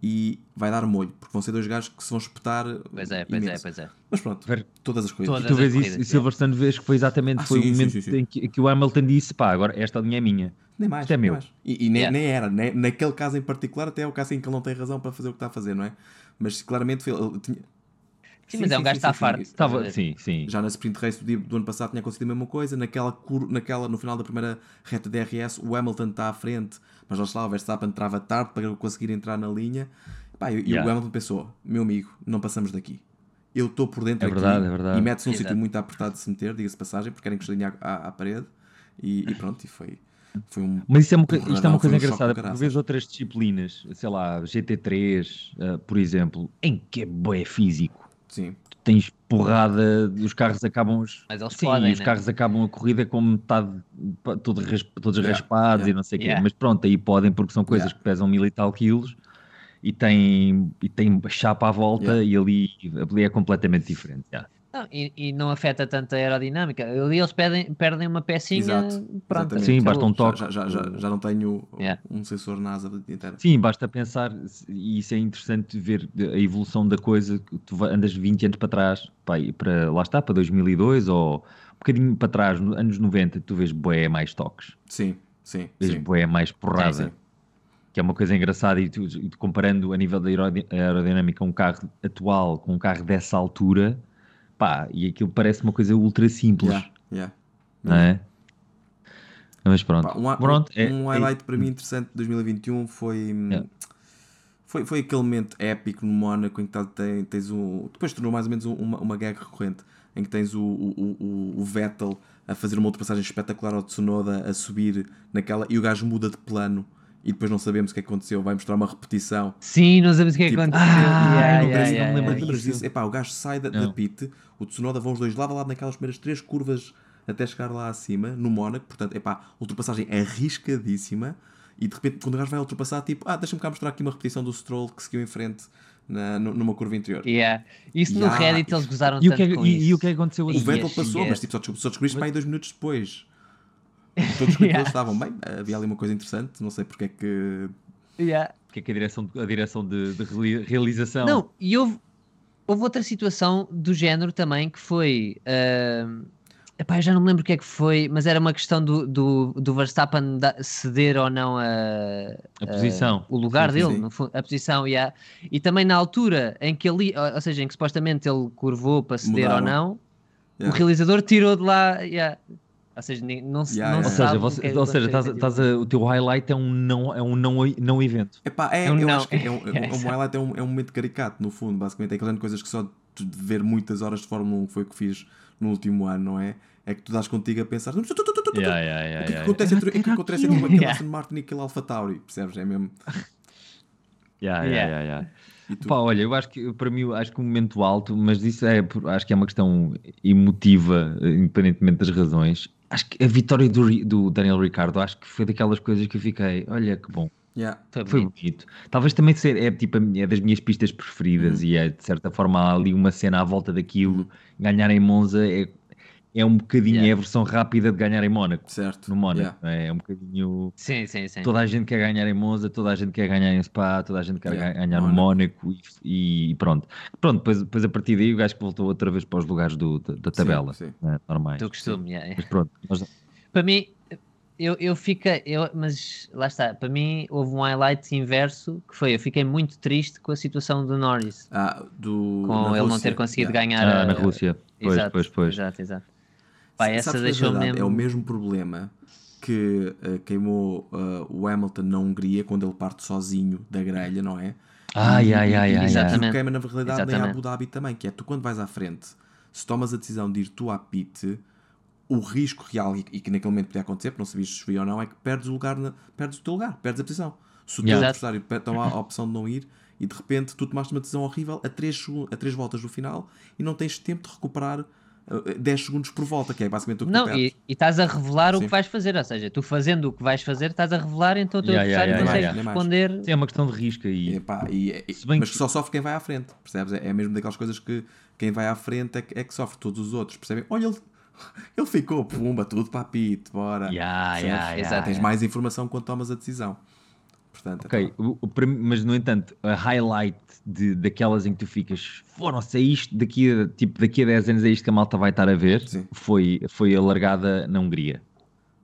[SPEAKER 1] e vai dar molho, porque vão ser dois gajos que se vão espetar.
[SPEAKER 2] Pois é, pois
[SPEAKER 1] imenso.
[SPEAKER 2] é, pois é.
[SPEAKER 1] Mas pronto,
[SPEAKER 3] Ver-
[SPEAKER 1] todas as coisas.
[SPEAKER 2] Todas.
[SPEAKER 3] tu vês
[SPEAKER 2] as
[SPEAKER 3] isso,
[SPEAKER 2] corridas,
[SPEAKER 3] e Silverstone vês que foi exatamente
[SPEAKER 1] Ah,
[SPEAKER 3] foi
[SPEAKER 1] sim,
[SPEAKER 3] o
[SPEAKER 1] sim,
[SPEAKER 3] momento
[SPEAKER 1] sim, sim.
[SPEAKER 3] Em, que, que o Hamilton disse: pá, agora esta linha é minha.
[SPEAKER 1] Nem mais.
[SPEAKER 3] Isto é
[SPEAKER 1] nem
[SPEAKER 3] meu.
[SPEAKER 1] mais. E, e nem,
[SPEAKER 2] Yeah.
[SPEAKER 1] nem era. nem- naquele caso em particular, até é o caso em que ele não tem razão para fazer o que está a fazer, não é? Mas claramente foi- ele tinha.
[SPEAKER 2] Sim, mas é um gajo que está farto.
[SPEAKER 3] Estava-
[SPEAKER 2] Estás a ver?
[SPEAKER 3] sim, sim.
[SPEAKER 1] Já na sprint race do, dia- do ano passado tinha conseguido a mesma coisa. Naquela, cur- naquela, no final da primeira reta de DRS, o Hamilton está à frente, mas lá está, o Verstappen entrava tarde para conseguir entrar na linha. Pá, e, e
[SPEAKER 3] Yeah.
[SPEAKER 1] o Hamilton pensou: meu amigo, não passamos daqui. Eu estou por dentro
[SPEAKER 3] É
[SPEAKER 1] aqui.
[SPEAKER 3] verdade, é verdade.
[SPEAKER 1] E mete-se num
[SPEAKER 2] Exato.
[SPEAKER 1] sítio muito apertado de se meter, diga-se de passagem, porque querem que se alinhe à, à- à parede. E, e pronto, e foi, foi um.
[SPEAKER 3] Mas isso é uma, co-
[SPEAKER 1] Porra,
[SPEAKER 3] isto é uma
[SPEAKER 1] não, foi
[SPEAKER 3] coisa
[SPEAKER 1] um choque
[SPEAKER 3] engraçada,
[SPEAKER 1] do
[SPEAKER 3] porque
[SPEAKER 1] caraças.
[SPEAKER 3] vês outras disciplinas, sei lá, GT3, ah, por exemplo, em que é bué físico.
[SPEAKER 1] Sim.
[SPEAKER 3] Tu tens porrada, os carros acabam. Os,
[SPEAKER 2] Mas eles
[SPEAKER 3] sim,
[SPEAKER 2] podem,
[SPEAKER 3] os
[SPEAKER 2] né?
[SPEAKER 3] carros acabam a corrida com metade, pa- todo ras- todos
[SPEAKER 1] Yeah,
[SPEAKER 3] raspados
[SPEAKER 1] yeah.
[SPEAKER 3] e não sei o quê.
[SPEAKER 2] Yeah.
[SPEAKER 3] Mas pronto, aí podem, porque são coisas
[SPEAKER 1] Yeah.
[SPEAKER 3] que pesam mil e tal quilos e têm, e têm chapa à volta e ali, ali é completamente diferente. yeah.
[SPEAKER 2] Não, e, e não afeta tanto a aerodinâmica. Ali eles pedem- perdem uma pecinha.
[SPEAKER 1] Exato,
[SPEAKER 2] Pronto,
[SPEAKER 1] exatamente. Tipo,
[SPEAKER 3] Sim,
[SPEAKER 2] acabou.
[SPEAKER 3] basta um toque.
[SPEAKER 1] Já, já, já, já não tenho
[SPEAKER 2] Yeah.
[SPEAKER 1] um sensor NASA inteira.
[SPEAKER 3] Sim, basta pensar, e isso é interessante ver a evolução da coisa, que tu va- andas 20 anos para trás, pá, e para, lá está, para 2002 ou um bocadinho para trás, no- anos 90, tu vês boé mais toques,
[SPEAKER 1] Sim, sim,
[SPEAKER 3] vês
[SPEAKER 1] sim.
[SPEAKER 3] boé mais porrada,
[SPEAKER 1] Sim, sim.
[SPEAKER 3] que é uma coisa engraçada, e tu, e tu comparando a nível da aerodi- aerodinâmica um carro atual com um carro dessa altura, pá, e aquilo parece uma coisa ultra simples,
[SPEAKER 1] Yeah, yeah.
[SPEAKER 3] não é? Mas pronto,
[SPEAKER 1] Pá, um,
[SPEAKER 3] pronto,
[SPEAKER 1] um-
[SPEAKER 3] é-
[SPEAKER 1] um
[SPEAKER 3] é-
[SPEAKER 1] highlight para mim interessante de 2021 foi, hum,
[SPEAKER 3] Yeah.
[SPEAKER 1] foi, foi aquele momento épico no Mónaco em que tá- tem- tens um. Depois tornou mais ou menos um- uma, uma gag recorrente em que tens o, o, o- o Vettel a fazer uma ultrapassagem espetacular ao Tsunoda a subir naquela e o gajo muda de plano e depois não sabemos o que é que aconteceu. Vai mostrar uma repetição
[SPEAKER 2] Sim, não sabemos o que é que
[SPEAKER 1] Tipo,
[SPEAKER 2] aconteceu.
[SPEAKER 3] ah,
[SPEAKER 2] Yeah,
[SPEAKER 3] eu
[SPEAKER 2] yeah,
[SPEAKER 3] não
[SPEAKER 2] yeah,
[SPEAKER 3] me lembro
[SPEAKER 2] yeah.
[SPEAKER 1] Lembras
[SPEAKER 3] isso.
[SPEAKER 1] disso? Epá, o gajo sai da, da
[SPEAKER 3] Não.
[SPEAKER 1] pit, o Tsunoda vão os dois lado a lado naquelas primeiras três curvas até chegar lá acima, no Mónaco. Portanto, epá, ultrapassagem é arriscadíssima. E de repente, quando o gajo vai ultrapassar, tipo, ah, deixa-me cá mostrar aqui uma repetição do Stroll que seguiu em frente na- nu- numa curva interior.
[SPEAKER 2] Yeah. Isso no
[SPEAKER 1] Yeah.
[SPEAKER 2] Reddit eles gozaram
[SPEAKER 3] E o,
[SPEAKER 2] tanto
[SPEAKER 3] que é,
[SPEAKER 2] com
[SPEAKER 3] e,
[SPEAKER 2] isso.
[SPEAKER 3] e o que é que aconteceu
[SPEAKER 2] O
[SPEAKER 1] O
[SPEAKER 3] assim?
[SPEAKER 1] Vettel
[SPEAKER 2] yes,
[SPEAKER 1] passou,
[SPEAKER 2] yes.
[SPEAKER 1] mas tipo, só, desco- só descobriste para aí dois minutos depois. Então descobri que eles estavam bem, havia ali uma coisa interessante, não sei porque é que.
[SPEAKER 2] Yeah.
[SPEAKER 3] Porque é que a direção, de- a direção de, de reali- realização.
[SPEAKER 2] Não, e houve, houve outra situação do género também que foi. ahm, epá, eu já não me lembro o que é que foi, mas era uma questão do, do, do Verstappen da- ceder ou não a,
[SPEAKER 3] A posição.
[SPEAKER 2] o lugar
[SPEAKER 1] Sim,
[SPEAKER 2] dele,
[SPEAKER 1] sim.
[SPEAKER 2] no fundo, a posição e a- E também na altura em que ele, ou ou seja, em que supostamente ele curvou para ceder
[SPEAKER 1] Mudaram.
[SPEAKER 2] ou não, o
[SPEAKER 1] Yeah.
[SPEAKER 2] realizador tirou de lá. yeah. Ou seja, nem- não se
[SPEAKER 1] Yeah,
[SPEAKER 2] não
[SPEAKER 1] yeah.
[SPEAKER 3] Ou
[SPEAKER 2] se
[SPEAKER 3] seja,
[SPEAKER 2] sabe
[SPEAKER 3] você-
[SPEAKER 2] o que é que
[SPEAKER 3] ou seja
[SPEAKER 2] aconteceu
[SPEAKER 3] estás, a- estás a- o teu highlight é um não, é um não, não evento.
[SPEAKER 1] Epá, é,
[SPEAKER 2] É um
[SPEAKER 1] eu
[SPEAKER 2] não.
[SPEAKER 1] acho que é um, é um- é um
[SPEAKER 2] Exato.
[SPEAKER 1] highlight, é um, é um momento caricato, no fundo, basicamente. É aquele género de coisas que só de de ver muitas horas de Fórmula 1 que foi o que fiz no último ano, não é? É que tu dás contigo a pensar. "Tu, tu, tu, tu, tu, tu, tu, tu." O que é que acontece entre, é que acontece entre aquele
[SPEAKER 2] Yeah.
[SPEAKER 1] Aston Martin e aquele Alfa Tauri? Percebes? É mesmo.
[SPEAKER 3] Yeah, yeah,
[SPEAKER 2] Yeah.
[SPEAKER 3] yeah, yeah.
[SPEAKER 1] E tu,
[SPEAKER 3] Pá, olha, eu acho que para mim eu acho que um momento alto, mas isso é por- acho que é uma questão emotiva, eh, independentemente das razões. Acho que a vitória do, Ri- do Daniel Ricardo, acho que foi daquelas coisas que eu fiquei, olha que bom.
[SPEAKER 1] yeah.
[SPEAKER 2] Foi
[SPEAKER 3] Foi
[SPEAKER 2] bonito.
[SPEAKER 3] bonito. Talvez também ser, é, tipo, a minha- é das minhas pistas
[SPEAKER 1] Uhum.
[SPEAKER 3] preferidas e é de certa forma há ali uma cena à volta daquilo. Ganhar em Monza é, é um bocadinho
[SPEAKER 2] Yeah.
[SPEAKER 3] é a versão rápida de ganhar em Mónaco.
[SPEAKER 1] certo.
[SPEAKER 3] No Mónaco,
[SPEAKER 1] Yeah.
[SPEAKER 3] não é? É um bocadinho.
[SPEAKER 2] Sim, sim, sim.
[SPEAKER 3] É. Toda a gente quer ganhar em Monza, toda a gente quer ganhar em Spa, toda a gente quer
[SPEAKER 1] Yeah,
[SPEAKER 3] ga- ganhar no Mónaco e, e pronto. Pronto, depois, depois a partir daí o gajo que voltou outra vez para os lugares do- da, da tabela,
[SPEAKER 1] sim.
[SPEAKER 3] né, normais.
[SPEAKER 2] É Do costume, yeah, yeah.
[SPEAKER 3] Mas pronto, nós-
[SPEAKER 2] Para mim, eu, eu fiquei, eu, mas lá está, para mim houve um highlight inverso que foi: eu fiquei muito triste com a situação do Norris,
[SPEAKER 1] Ah, do,
[SPEAKER 2] com
[SPEAKER 1] na
[SPEAKER 2] ele não
[SPEAKER 1] Rússia.
[SPEAKER 2] ter conseguido
[SPEAKER 1] Yeah.
[SPEAKER 2] ganhar
[SPEAKER 3] ah,
[SPEAKER 2] a-
[SPEAKER 3] na Rússia. Pois,
[SPEAKER 2] exato,
[SPEAKER 3] pois, pois.
[SPEAKER 2] Exato, exato. Pá,
[SPEAKER 1] Sa-
[SPEAKER 2] essa
[SPEAKER 1] sabes que, na
[SPEAKER 2] deixou
[SPEAKER 1] verdade,
[SPEAKER 2] mesmo.
[SPEAKER 1] É o mesmo problema que eh, queimou eh, o Hamilton na Hungria quando ele parte sozinho da grelha, não é?
[SPEAKER 3] Ai, ai, ai, ai. ai.
[SPEAKER 2] Exatamente.
[SPEAKER 1] E o queima, na realidade, nem
[SPEAKER 2] Exatamente.
[SPEAKER 1] Abu Dhabi também, que é tu quando vais à frente, se tomas a decisão de ir tu à pit, o risco real, e, e que naquele momento podia acontecer, porque não sabias se chovia ou não, é que perdes o lugar, na- perdes o teu lugar, perdes a posição. Se o teu
[SPEAKER 2] Exato.
[SPEAKER 1] adversário pe- toma a opção de não ir, e de repente tu tomaste uma decisão horrível a 3, a três voltas do final e não tens tempo de recuperar eh, 10 segundos por volta, que é basicamente o que tu
[SPEAKER 2] Não,
[SPEAKER 1] perdes.
[SPEAKER 2] e, e estás a revelar o
[SPEAKER 1] Sim.
[SPEAKER 2] que vais fazer, ou seja, tu fazendo o que vais fazer, estás a revelar, então o teu
[SPEAKER 3] Yeah,
[SPEAKER 2] adversário
[SPEAKER 3] yeah,
[SPEAKER 2] consegue
[SPEAKER 3] yeah,
[SPEAKER 1] yeah.
[SPEAKER 2] responder.
[SPEAKER 3] Sim, é uma questão de risco aí.
[SPEAKER 1] Epá, e- e-
[SPEAKER 3] Se bem
[SPEAKER 1] mas
[SPEAKER 3] que-
[SPEAKER 1] só sofre quem vai à frente, percebes? É, é mesmo daquelas coisas que quem vai à frente é que, é que sofre, todos os outros, percebem? Olha, ele, ele ficou, pumba, tudo para a pit, bora.
[SPEAKER 3] Ya,
[SPEAKER 1] Percebes?
[SPEAKER 3] ya, ya,
[SPEAKER 1] Tens
[SPEAKER 3] ya.
[SPEAKER 1] mais informação quando tomas a decisão. Portanto,
[SPEAKER 3] Ok, o- o prim- mas no entanto, a highlight de, daquelas em que tu ficas, foram-se a isto, daqui a, tipo, daqui a 10 anos é isto que a malta vai estar a ver,
[SPEAKER 1] Sim.
[SPEAKER 3] foi, foi a largada na Hungria.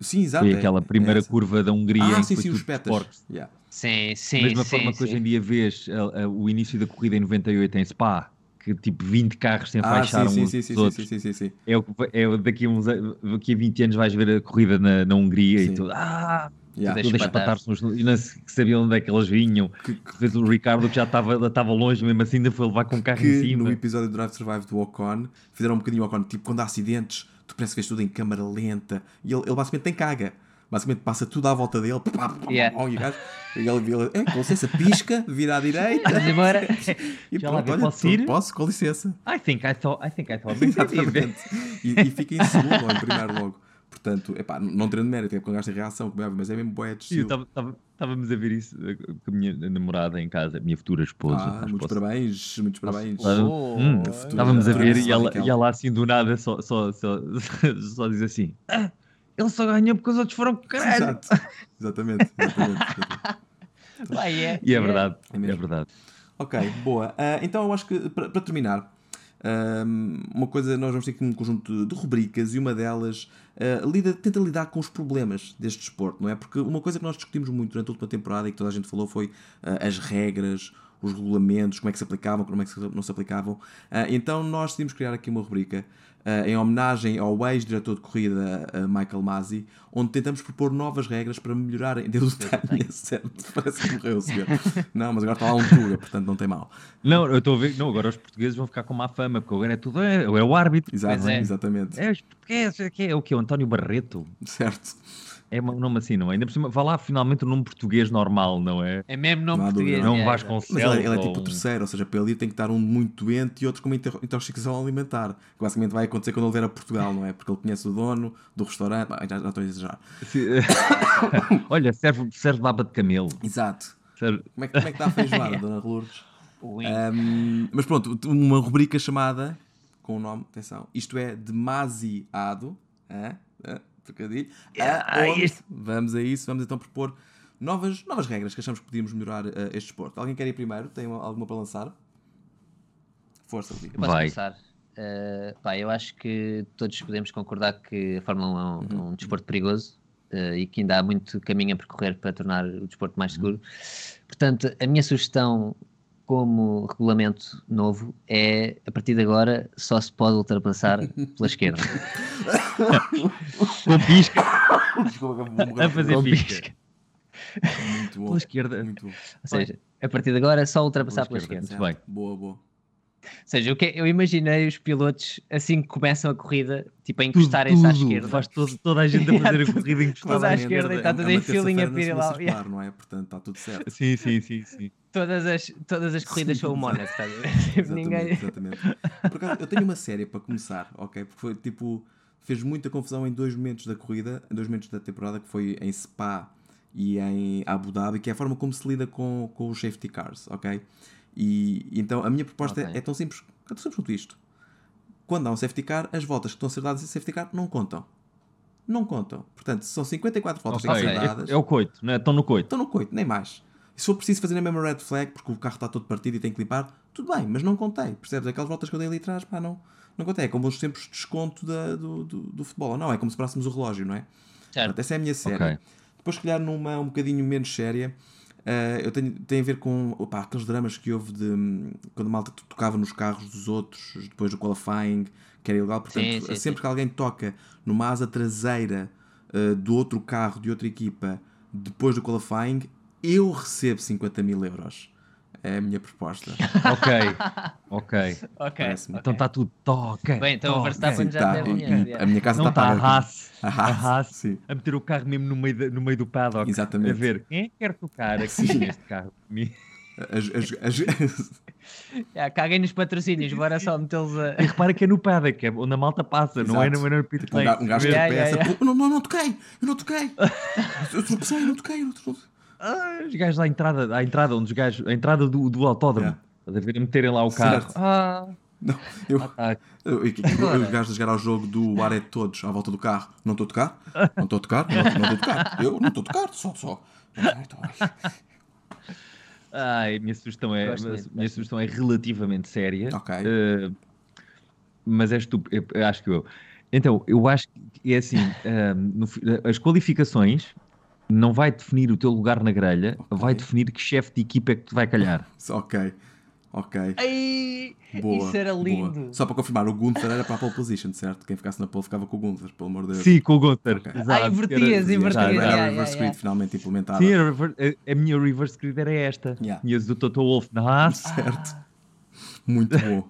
[SPEAKER 1] Sim, exato.
[SPEAKER 3] Foi
[SPEAKER 1] é-
[SPEAKER 3] aquela
[SPEAKER 1] é
[SPEAKER 3] primeira
[SPEAKER 1] essa.
[SPEAKER 3] curva da Hungria em
[SPEAKER 1] Ah,
[SPEAKER 3] que
[SPEAKER 1] sim,
[SPEAKER 3] foi
[SPEAKER 1] sim,
[SPEAKER 3] tudo
[SPEAKER 1] os
[SPEAKER 3] esportes.
[SPEAKER 1] petas. Yeah.
[SPEAKER 2] Sim, sim.
[SPEAKER 3] mesma
[SPEAKER 2] sim,
[SPEAKER 3] forma que
[SPEAKER 2] sim.
[SPEAKER 3] hoje em dia vês eh, a- a- o início da corrida em 98 em Spa, que tipo 20 carros se
[SPEAKER 1] Ah, sim,
[SPEAKER 3] enfaixaram
[SPEAKER 1] sim,
[SPEAKER 3] uns
[SPEAKER 1] sim,
[SPEAKER 3] dos
[SPEAKER 1] sim, sim,
[SPEAKER 3] outros.
[SPEAKER 1] sim, sim, sim, sim.
[SPEAKER 3] É o que vai- é o daqui, a uns, a- daqui a 20 anos vais ver a corrida na, na Hungria
[SPEAKER 1] Sim.
[SPEAKER 3] e tudo. Ah,
[SPEAKER 1] Yeah.
[SPEAKER 2] Deixa
[SPEAKER 3] tudo a
[SPEAKER 2] patar.
[SPEAKER 3] espatar-se nos- e não se sabiam onde é que elas vinham.
[SPEAKER 1] Que-
[SPEAKER 3] Fez o Ricardo que já estava já estava longe, mesmo assim ainda foi levar com o carro em
[SPEAKER 1] que no
[SPEAKER 3] cima.
[SPEAKER 1] episódio do Drive to Survive do Ocon fizeram um bocadinho o Ocon, tipo quando há acidentes, tu parece que vês tudo em câmara lenta e ele, ele basicamente tem caga. Basicamente passa tudo à volta dele, pá, pá, pá,
[SPEAKER 2] Yeah.
[SPEAKER 1] pá, e o gajo- e ele, ele é, com licença, pisca, vira à direita
[SPEAKER 2] Vamos embora.
[SPEAKER 1] e
[SPEAKER 3] Já lá
[SPEAKER 1] pronto,
[SPEAKER 3] vi,
[SPEAKER 1] olha,
[SPEAKER 3] posso
[SPEAKER 1] tu-
[SPEAKER 3] ir?
[SPEAKER 1] posso, com licença.
[SPEAKER 3] I think I thought, I think I thought.
[SPEAKER 1] Exatamente. E, e fica em segundo ou em primeiro logo. Portanto, epá, não tendo mérito, é porque um gajo tem reação, como é óbvio, mas é mesmo boé de
[SPEAKER 3] E eu
[SPEAKER 1] estilo.
[SPEAKER 3] tava- tava- Estávamos a ver isso eh, com a minha namorada em casa, a minha futura esposa.
[SPEAKER 1] Ah,
[SPEAKER 3] acho que
[SPEAKER 1] muitos
[SPEAKER 3] posso
[SPEAKER 1] parabéns, muitos parabéns.
[SPEAKER 3] Claro.
[SPEAKER 2] Oh,
[SPEAKER 3] Hum,
[SPEAKER 2] olha.
[SPEAKER 1] futuro.
[SPEAKER 3] Estávamos a
[SPEAKER 1] Tudo
[SPEAKER 3] ver
[SPEAKER 1] bem,
[SPEAKER 3] e ela,
[SPEAKER 1] Raquel.
[SPEAKER 3] e ela assim do nada só, só, só, só diz assim: "Ah, ele só ganhou porque os outros foram caralho.
[SPEAKER 1] Exato. Exatamente, exatamente, exatamente.
[SPEAKER 2] Lá é,
[SPEAKER 3] E é
[SPEAKER 2] é.
[SPEAKER 3] verdade,
[SPEAKER 1] É
[SPEAKER 3] é,
[SPEAKER 1] mesmo.
[SPEAKER 3] verdade.
[SPEAKER 1] Ok, boa. Ah, então eu acho que para para terminar, ahm, uma coisa nós vamos ter aqui um conjunto de, de rubricas e uma delas ah, lida, tenta lidar com os problemas deste desporto, não é? Porque uma coisa que nós discutimos muito durante a última temporada e que toda a gente falou foi ah, as regras, os regulamentos, como é que se aplicavam, como é que se- não se aplicavam. Ah, então nós decidimos criar aqui uma rubrica ah, em homenagem ao ex-diretor de corrida ah, Michael Masi, onde tentamos propor novas regras para melhorarem. Deus o tenha, certo? Parece que morreu o senhor. Não, mas agora está lá um Tuga, portanto não tem mal.
[SPEAKER 3] Não, eu estou a ver, não, agora os portugueses vão ficar com má fama, porque agora é tudo, é, é o árbitro.
[SPEAKER 1] Exato,
[SPEAKER 2] Pois é.
[SPEAKER 1] exatamente.
[SPEAKER 3] É os portugueses, é, que é o que? António Barreto?
[SPEAKER 1] Certo.
[SPEAKER 3] É um nome assim, não é? Ainda por cima, vá lá finalmente o nome português normal, não é?
[SPEAKER 2] É mesmo nome
[SPEAKER 1] Não há dúvida.
[SPEAKER 2] português.
[SPEAKER 3] Não um
[SPEAKER 2] é,
[SPEAKER 3] vais
[SPEAKER 2] é.
[SPEAKER 3] com
[SPEAKER 1] Mas ele, ele é tipo o terceiro, ou seja, para ele ir tem que estar um muito doente e outro com uma inter- intoxicação alimentar. Que basicamente vai acontecer quando ele vier a Portugal, não é? Porque ele conhece o dono do restaurante. Ah, Já, já estou a exagerar.
[SPEAKER 3] Olha, serve, serve baba de camelo.
[SPEAKER 1] Exato.
[SPEAKER 3] Serve-
[SPEAKER 1] Como é, que- como é que está a feijoada, Dona Lourdes?
[SPEAKER 2] Ui.
[SPEAKER 1] Ahm, mas pronto, uma rubrica chamada com o nome, atenção, isto é demasiado, hã? Hã? trocadilho, hã?
[SPEAKER 3] Ah,
[SPEAKER 1] Onde-
[SPEAKER 3] este-
[SPEAKER 1] vamos a isso, vamos então propor novas, novas regras que achamos que podíamos melhorar eh, este desporto. Alguém quer ir primeiro? Tem uma- alguma para lançar? Força, Rui.
[SPEAKER 2] Eu posso
[SPEAKER 3] Vai.
[SPEAKER 2] começar. Eh, pá, eu acho que todos podemos concordar que a Fórmula 1 é um,
[SPEAKER 1] Uhum.
[SPEAKER 2] é um desporto perigoso eh, e que ainda há muito caminho a percorrer para tornar o desporto
[SPEAKER 1] Uhum.
[SPEAKER 2] mais seguro. Portanto, a minha sugestão como regulamento novo é, a partir de agora, só se pode ultrapassar pela esquerda.
[SPEAKER 3] Com pisca,
[SPEAKER 1] Desculpa, que eu vou morrer.
[SPEAKER 3] a fazer
[SPEAKER 2] Com
[SPEAKER 3] pisca.
[SPEAKER 1] Muito bom.
[SPEAKER 3] Pela esquerda.
[SPEAKER 1] Muito bom.
[SPEAKER 2] Ou seja, a partir de agora, é só ultrapassar pela
[SPEAKER 3] Pela esquerda.
[SPEAKER 2] esquerda.
[SPEAKER 1] Certo.
[SPEAKER 3] bem.
[SPEAKER 1] Boa, boa.
[SPEAKER 2] Ou seja, eu, que- é, eu imaginei os pilotos, assim que começam a corrida, tipo, a
[SPEAKER 3] Tudo,
[SPEAKER 2] encostarem-se à
[SPEAKER 3] tudo.
[SPEAKER 2] esquerda.
[SPEAKER 3] Faz todo- toda a gente a fazer a corrida
[SPEAKER 2] Toda
[SPEAKER 3] encostada
[SPEAKER 2] à
[SPEAKER 3] à
[SPEAKER 2] esquerda
[SPEAKER 3] esquerda.
[SPEAKER 2] e está tudo
[SPEAKER 1] É uma
[SPEAKER 2] em filinha,
[SPEAKER 1] terça-feira na
[SPEAKER 2] pira lá,
[SPEAKER 1] segunda
[SPEAKER 2] yeah.
[SPEAKER 1] circular, não é? Portanto, está tudo certo.
[SPEAKER 3] Sim, sim, sim, sim.
[SPEAKER 2] todas as, todas as corridas são o Mónaco, estás a ver? Tipo,
[SPEAKER 1] Exatamente,
[SPEAKER 2] Ninguém.
[SPEAKER 1] exatamente. Por acaso, eu tenho uma série para começar, ok? Porque foi tipo. Fez muita confusão em dois momentos da corrida, em dois momentos da temporada, que foi em Spa e em Abu Dhabi, que é a forma como se lida com, com os safety cars, ok? E então a minha proposta
[SPEAKER 2] Ok.
[SPEAKER 1] é tão simples, é tão simples quanto isto. Quando há um safety car, as voltas que estão a ser dadas em safety car não contam. Não contam. Portanto, são 54 voltas
[SPEAKER 3] Ok,
[SPEAKER 1] que têm que ser dadas.
[SPEAKER 3] É, é o coito, não é? Estão no coito.
[SPEAKER 1] Estão no Então coito, nem mais. E se for preciso fazer a mesma red flag, porque o carro está todo partido e tem que limpar, tudo bem, mas não contei. Percebes? Aquelas voltas que eu dei ali atrás, pá, não, não contei. É como os tempos de desconto da- do, do, do futebol, ou não? É como se parássemos o relógio, não é? Portanto,
[SPEAKER 2] Certo.
[SPEAKER 1] essa é a minha série.
[SPEAKER 3] Ok.
[SPEAKER 1] Depois, se calhar, numa um bocadinho menos séria, eh, eu tenho, tem a ver com opá, aqueles dramas que houve de hum, quando a malta to- tocava nos carros dos outros, depois do qualifying, que era ilegal. Portanto,
[SPEAKER 2] Sim, sim,
[SPEAKER 1] sempre
[SPEAKER 2] sim.
[SPEAKER 1] que alguém toca numa asa traseira eh, do outro carro, de outra equipa, depois do qualifying, eu recebo 50 mil euros. É a minha proposta.
[SPEAKER 3] Ok, ok.
[SPEAKER 2] Ok.
[SPEAKER 1] Parece-me.
[SPEAKER 3] Então está tudo toca.
[SPEAKER 2] Bem, então o
[SPEAKER 3] toca.
[SPEAKER 2] Verstappen-
[SPEAKER 1] Sim,
[SPEAKER 2] já
[SPEAKER 1] tá.
[SPEAKER 2] deve
[SPEAKER 1] E-
[SPEAKER 2] dinheiro,
[SPEAKER 1] e
[SPEAKER 2] é.
[SPEAKER 1] a minha casa
[SPEAKER 3] Não tá
[SPEAKER 1] está
[SPEAKER 3] está a
[SPEAKER 1] paga. aqui.
[SPEAKER 3] Haas.
[SPEAKER 1] A Haas,
[SPEAKER 3] A Haas.
[SPEAKER 1] Sim,
[SPEAKER 3] A meter o carro mesmo no meio, da- no meio do paddock.
[SPEAKER 1] Exatamente.
[SPEAKER 3] A ver quem é que quer tocar aqui
[SPEAKER 1] Sim.
[SPEAKER 3] neste carro. E
[SPEAKER 1] As- as- as-
[SPEAKER 2] Já, caguem nos patrocínios, bora só metê-los a.
[SPEAKER 3] repara que é no paddock, é onde a malta passa, não é
[SPEAKER 1] Exato.
[SPEAKER 3] no menor pit
[SPEAKER 1] Um
[SPEAKER 3] lane.
[SPEAKER 1] ga- um gajo
[SPEAKER 2] Yeah,
[SPEAKER 1] tropeça.
[SPEAKER 2] yeah, yeah.
[SPEAKER 1] "Pô, Não, não, não toquei! Eu não toquei! Eu tropecei, eu não toquei! Eu não tropecei."
[SPEAKER 3] Ah, os gajos à entrada, à entrada, onde os gajos, à entrada do, do autódromo.
[SPEAKER 1] Yeah.
[SPEAKER 3] Estás a ver? A meterem lá o carro.
[SPEAKER 1] Certo.
[SPEAKER 3] Ah, tá
[SPEAKER 1] Não, eu,
[SPEAKER 3] lá está.
[SPEAKER 1] eu, eu, eu, os gajos a jogar ao jogo do ar é de todos à volta do carro. Não estou a tocar? Não estou a tocar? Não não estou a tocar? Eu não estou a tocar, só, só. Ai, tô-
[SPEAKER 3] Ai, minha sugestão é,
[SPEAKER 2] Gosto
[SPEAKER 3] minha,
[SPEAKER 2] muito,
[SPEAKER 3] minha
[SPEAKER 2] gosto
[SPEAKER 3] sugestão é relativamente séria.
[SPEAKER 1] Ok.
[SPEAKER 3] eh, mas é estúpido, eu acho que eu. Então, eu acho que é assim: eh, no fi- as qualificações não vai definir o teu lugar na grelha,
[SPEAKER 1] Ok.
[SPEAKER 3] vai definir que chefe de equipa é que te vai calhar.
[SPEAKER 1] Ok. Ok.
[SPEAKER 2] Ai,
[SPEAKER 1] Boa,
[SPEAKER 2] isso era
[SPEAKER 1] boa.
[SPEAKER 2] lindo.
[SPEAKER 1] Só para confirmar, o Gunther era para a pole position, certo? Quem ficasse na pole ficava com o Gunther, pelo amor de Deus.
[SPEAKER 3] Sim, com o Gunther.
[SPEAKER 1] Ok.
[SPEAKER 3] Exato.
[SPEAKER 2] Ah, invertias,
[SPEAKER 3] Era-
[SPEAKER 2] invertias,
[SPEAKER 3] Exato.
[SPEAKER 1] Já, já, a
[SPEAKER 2] yeah, yeah,
[SPEAKER 1] reverse grid
[SPEAKER 2] yeah.
[SPEAKER 1] finalmente implementada.
[SPEAKER 3] Sim, a, rever- a- a minha reverse grid era esta.
[SPEAKER 1] Yeah.
[SPEAKER 3] Tinhas do Toto Wolff na Haas,
[SPEAKER 1] Certo. Muito bom.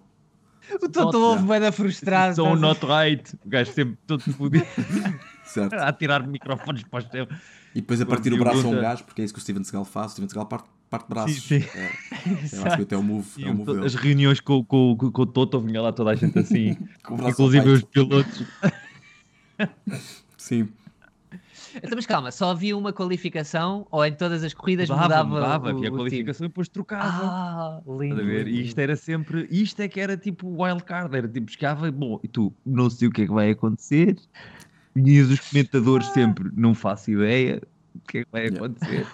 [SPEAKER 2] O Toto Wolff é? vai dar frustrado.
[SPEAKER 3] So
[SPEAKER 2] estás a-
[SPEAKER 3] not right. O gajo sempre todo fodido
[SPEAKER 1] Certo.
[SPEAKER 3] a tirar microfones para os teus.
[SPEAKER 1] E depois a partir o
[SPEAKER 3] Perdi o
[SPEAKER 1] braço a um
[SPEAKER 3] Gunther.
[SPEAKER 1] gajo, porque é isso que o Steven Seagal faz. O Steven Seagal parte, parte braços.
[SPEAKER 3] Sim, sim.
[SPEAKER 1] É, eu acho que até é o move, é o move
[SPEAKER 3] As
[SPEAKER 1] dele.
[SPEAKER 3] reuniões com, com, com, com o Toto vinha lá toda a gente assim,
[SPEAKER 1] Com o braço
[SPEAKER 3] inclusive
[SPEAKER 1] Um ao
[SPEAKER 3] os
[SPEAKER 1] peito.
[SPEAKER 3] pilotos.
[SPEAKER 1] Sim.
[SPEAKER 2] Então, mas calma, só havia uma qualificação ou em todas as corridas
[SPEAKER 3] Mudava,
[SPEAKER 2] mudava,
[SPEAKER 3] mudava,
[SPEAKER 2] o-
[SPEAKER 3] havia
[SPEAKER 2] o time?
[SPEAKER 3] qualificação e depois trocava.
[SPEAKER 2] Ah, lindo.
[SPEAKER 3] Estás a ver? E
[SPEAKER 2] lindo.
[SPEAKER 3] isto era sempre, isto é que era tipo wildcard, era tipo, chegava, bom, e tu não sei o que é que vai acontecer, e os
[SPEAKER 2] Ah.
[SPEAKER 3] comentadores sempre, não faço ideia do que é que vai
[SPEAKER 1] Yeah.
[SPEAKER 3] acontecer.